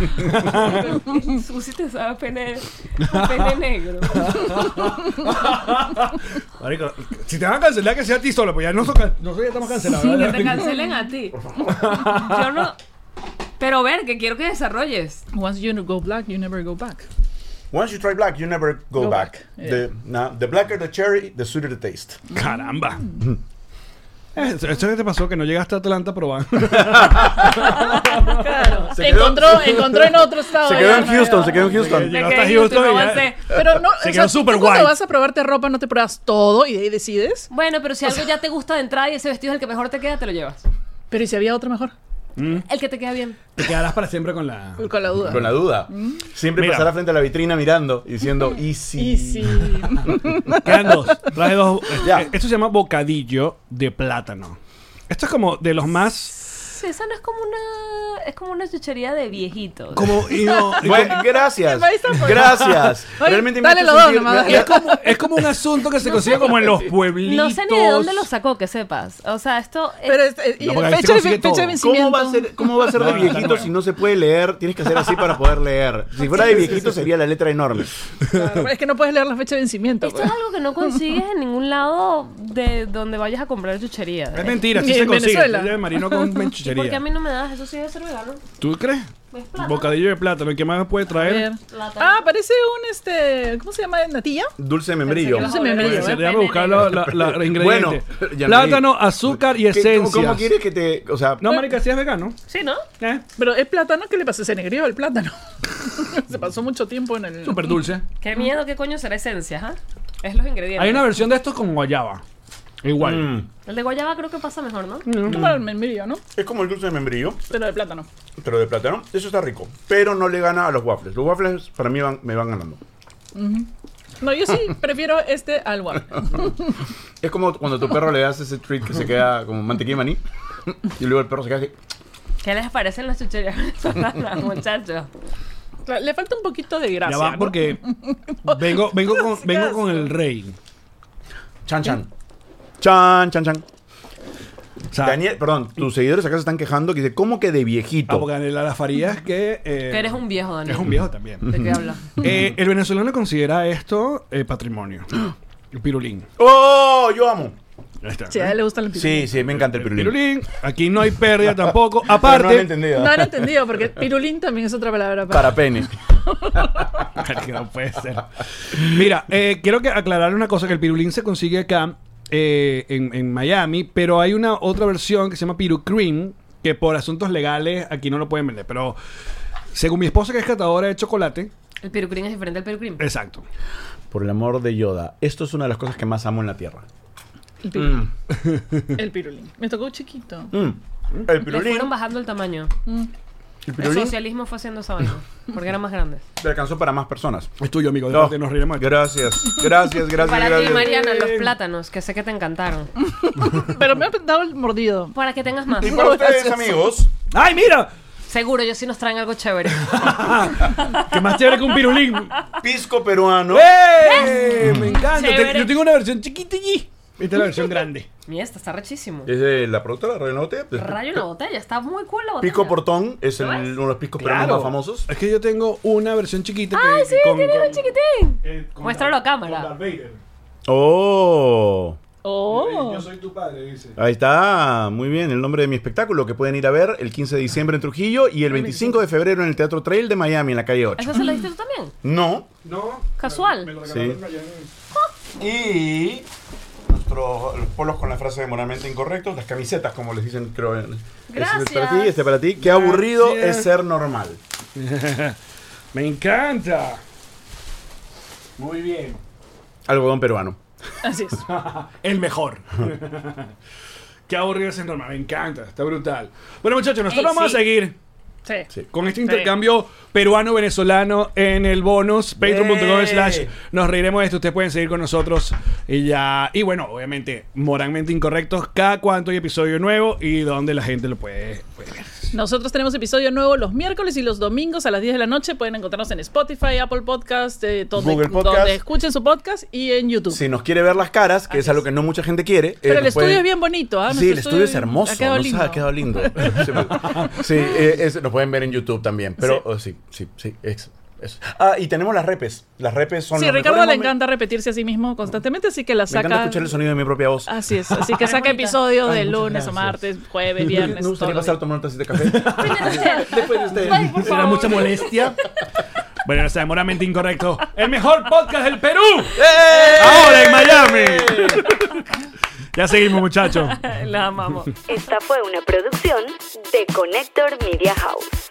Susi te sabe a pene, a pene negro.
Marico, si te van a cancelar, que sea a ti solo, pues ya no so- nosotros ya estamos cancelados.
Sí, que
¿verdad?
te cancelen a ti. Yo no.
Pero ver, que quiero que desarrolles.
(laughs) Once you go black, you never go back.
Once you try black, you never go,
Go
back.
back, yeah.
The, nah, the blacker the cherry, the sweeter the taste.
Caramba.
Mm.
Eso, eso que te pasó, que no llegaste a Atlanta
(laughs)
probando.
Ah. Se quedó-
encontró, encontró en otro
(laughs)
estado.
Se quedó en
ya, ya,
Houston,
ya.
se quedó en Houston.
(laughs) Llegaste
que
a
yo
Houston y
no
ya-
avancé.
Pero no,
(laughs) Se
o
quedó
sea,
súper
tú cuando
guay.
vas a probarte ropa no te pruebas todo y de ahí decides.
Bueno, pero si algo ya te gusta de entrada y ese vestido es el que mejor te queda, te lo llevas.
Pero ¿y si había otro mejor?
El que te queda bien.
Te quedarás para siempre con la.
(laughs)
Con la duda.
Con la duda. Siempre
Mira.
pasará frente a la vitrina mirando y diciendo, easy.
Y
(laughs)
si...
Quedan dos. Traje dos.
(laughs) Ya.
Eh, Esto se llama bocadillo de plátano. Esto es como de los más.
Sí, esa no es como una. Es como una chuchería de viejitos.
Como. y no- y
Bueno, gracias. Gracias.
Oye,
Realmente me
dale
hizo
los dos
sentir-
nomás.
Ya-
Es como, es como un
(laughs)
asunto que se consigue como en los pueblitos.
No sé ni de dónde lo sacó, que sepas. O sea, esto. es-
Pero es, es- y
No, porque ahí se
fecha, de,
consigue
fecha
todo.
de
¿Cómo
vencimiento.
va, a ser, ¿Cómo va a ser
No,
de
no, está
viejito
bueno.
si no se puede leer? Tienes que hacer así para poder leer. Si fuera de viejito sería la letra enorme.
(laughs) Claro, es que no puedes leer la fecha de vencimiento.
esto
pues.
es algo que no consigues en ningún lado de donde vayas a comprar chuchería.
Es mentira, sí
Ni
se
en
consigue.
Venezuela.
Yo de marino con
(laughs) ¿Y por qué a
menchuchería.
mí no me das? Eso sí debe ser vegano.
¿Tú crees?
Es plátano.
Bocadillo de plátano. ¿Qué más puede
A
traer?
ver. Ah, parece un este... ¿Cómo se llama? ¿Natilla?
Dulce de membrillo.
Dulce de membrillo,
Se
¿eh?
déjame buscar la, la, la- los ingredientes.
Bueno, ya me-
plátano, azúcar y
¿Qué-
esencia.
¿Cómo, cómo quieres que te.? O sea,
No, marica, si es vegano.
Sí, ¿no?
Eh,
Pero el plátano, ¿qué le pasó? Se negrió el plátano. (laughs) se pasó mucho tiempo en el...
súper dulce.
Qué miedo, qué coño será esencia, ¿ah? Es los ingredientes.
Hay una versión de estos con guayaba. Igual.
mm,
El de guayaba creo que pasa mejor, ¿no?
Como el membrillo, ¿no?
es como el dulce de membrillo,
Pero de plátano.
pero de plátano. Eso está rico. Pero no le gana a los waffles. Los waffles para mí van- me van ganando.
No,
(laughs)
yo sí prefiero este al guar.
Es como cuando a tu perro le das ese treat que se queda como mantequilla de maní. Y luego el perro se queda así.
¿Qué les parecen las chucherías (laughs) venezolanas, muchachos?
Claro, Le falta un poquito de
Ya
gracia.
va,
¿no?
(laughs)
porque vengo, vengo, con, vengo con el rey.
Chan, chan. Chan, chan, chan.
O sea,
Daniel, perdón, tus seguidores acá se están quejando que dice, ¿cómo que de
ah,
viejito?
porque Daniel Alafaría es que. eh,
Que eres un viejo, Daniel.
es un viejo también.
¿De qué hablas?
Eh, el venezolano considera esto eh,
(gasps)
patrimonio. El pirulín.
¡Oh! Yo amo.
Ahí está. ¿eh?
Sí, a él le gusta el pirulín.
Sí, sí, me encanta el pirulín.
Pirulín. Aquí no hay pérdida tampoco.
Pero no lo he
Aparte.
entendido.
No han entendido, porque pirulín también es otra palabra para...
Para pene.
(laughs) que no puede ser. Mira, eh, quiero que aclarar una cosa: que el pirulín se consigue acá eh, en, en Miami, pero hay una otra versión que se llama Piru Cream, que por asuntos legales aquí no lo pueden vender. Pero según mi esposa, que es catadora de chocolate,
El pirucrín es diferente al pirucrín.
exacto.
Por el amor de Yoda, esto es una de las cosas que más amo en la Tierra.
El pirulín.
(laughs)
El pirulín. Me tocó chiquito.
Mm. El
Le
pirulín.
fueron bajando el tamaño.
El
El
pirulín
socialismo fue haciendo esa vaina, porque eran más grandes.
te alcanzó para más personas.
Es tuyo, amigo. De
No,
parte nos reiremos.
gracias, gracias, gracias,
Para ti,
gracias.
Mariana, los plátanos, que sé que te encantaron.
Pero me ha dado el mordido.
Para que tengas más.
Y para ustedes,
Gracias.
amigos,
¡Ay, mira! (laughs)
Seguro, yo sí nos traen algo chévere. (laughs)
Que más chévere que un pirulín.
pisco peruano.
¡Eh! Me encanta. Te-
Chévere.
yo tengo una versión chiquitillí. Esta es la versión grande.
Mía, esta está rechísimo.
Es de la productora Renote.
Rayo en la botella, está muy cool la botella.
Pisco Portón es el- uno de los piscos peruanos más famosos.
Es que yo tengo una versión chiquita.
¡Ay,
que,
sí!
con-
¡Tiene
con-
un chiquitín!
eh, con
Muéstralo a
Darth-
cámara.
con Darth Vader.
Oh,
Oh.
soy tu padre, dice.
ahí está, muy bien, el nombre de mi espectáculo que pueden ir a ver el 15 de diciembre en Trujillo y el 25 de febrero en el Teatro Trail de Miami, en la calle 8.
¿Eso se lo diste tú también?
No,
No.
Casual.
lo
regalaron Sí. Y nuestros los polos con la frase de moralmente incorrectos, las camisetas, como les dicen, creo. en- Este es para ti, este para ti. Qué aburrido
Gracias.
es ser normal.
Me encanta. Muy bien. (laughs)
Algodón peruano.
Así es.
El mejor. Qué aburrido ese normal. Me encanta. Está brutal. Bueno, muchachos, nosotros vamos a seguir.
Sí.
Con este intercambio peruano-venezolano en el bonus, patreon.com slash nos reiremos de esto. Ustedes pueden seguir con nosotros y ya. Y bueno, obviamente, moralmente incorrectos, cada cuanto hay episodio nuevo y donde la gente lo puede, puede ver.
Nosotros tenemos episodio nuevo los miércoles y los domingos a las 10 de la noche. Pueden encontrarnos en Spotify, Apple Podcast, eh, donde,
Google Podcast.
donde escuchen su podcast y en YouTube.
Si nos quiere ver las caras, que es algo que no mucha gente quiere. eh,
Pero el
nos
estudio
pueden-
es bien bonito. ¿ah?
Sí,
Nuestro
el estudio es hermoso.
Ha quedado
nos
lindo.
ha quedado
(laughs)
pues, lindo. Sí, eh, es- nos pueden ver en YouTube también. Pero oh, sí, sí, sí. es- Eso. Ah, y tenemos las repes. Las repes son.
Sí,
los
Ricardo
mejores
le
momen-
encanta repetirse a sí mismo constantemente, así que la
Me encanta
saca.
escuchar el sonido de mi propia voz.
Así es, así que saca episodios de lunes o
gracias.
martes, jueves,
¿No
viernes.
(laughs) me gustaría
todos los
pasar a tomar un tacito
(laughs)
de café? (laughs) Después de usted.
(laughs) Será mucha molestia. Bueno, no sea moralmente incorrecto. ¡El mejor podcast del Perú! ¡Ahora en Miami! ya seguimos, muchachos.
días. La amamos.
Esta fue una producción de Connector Media House.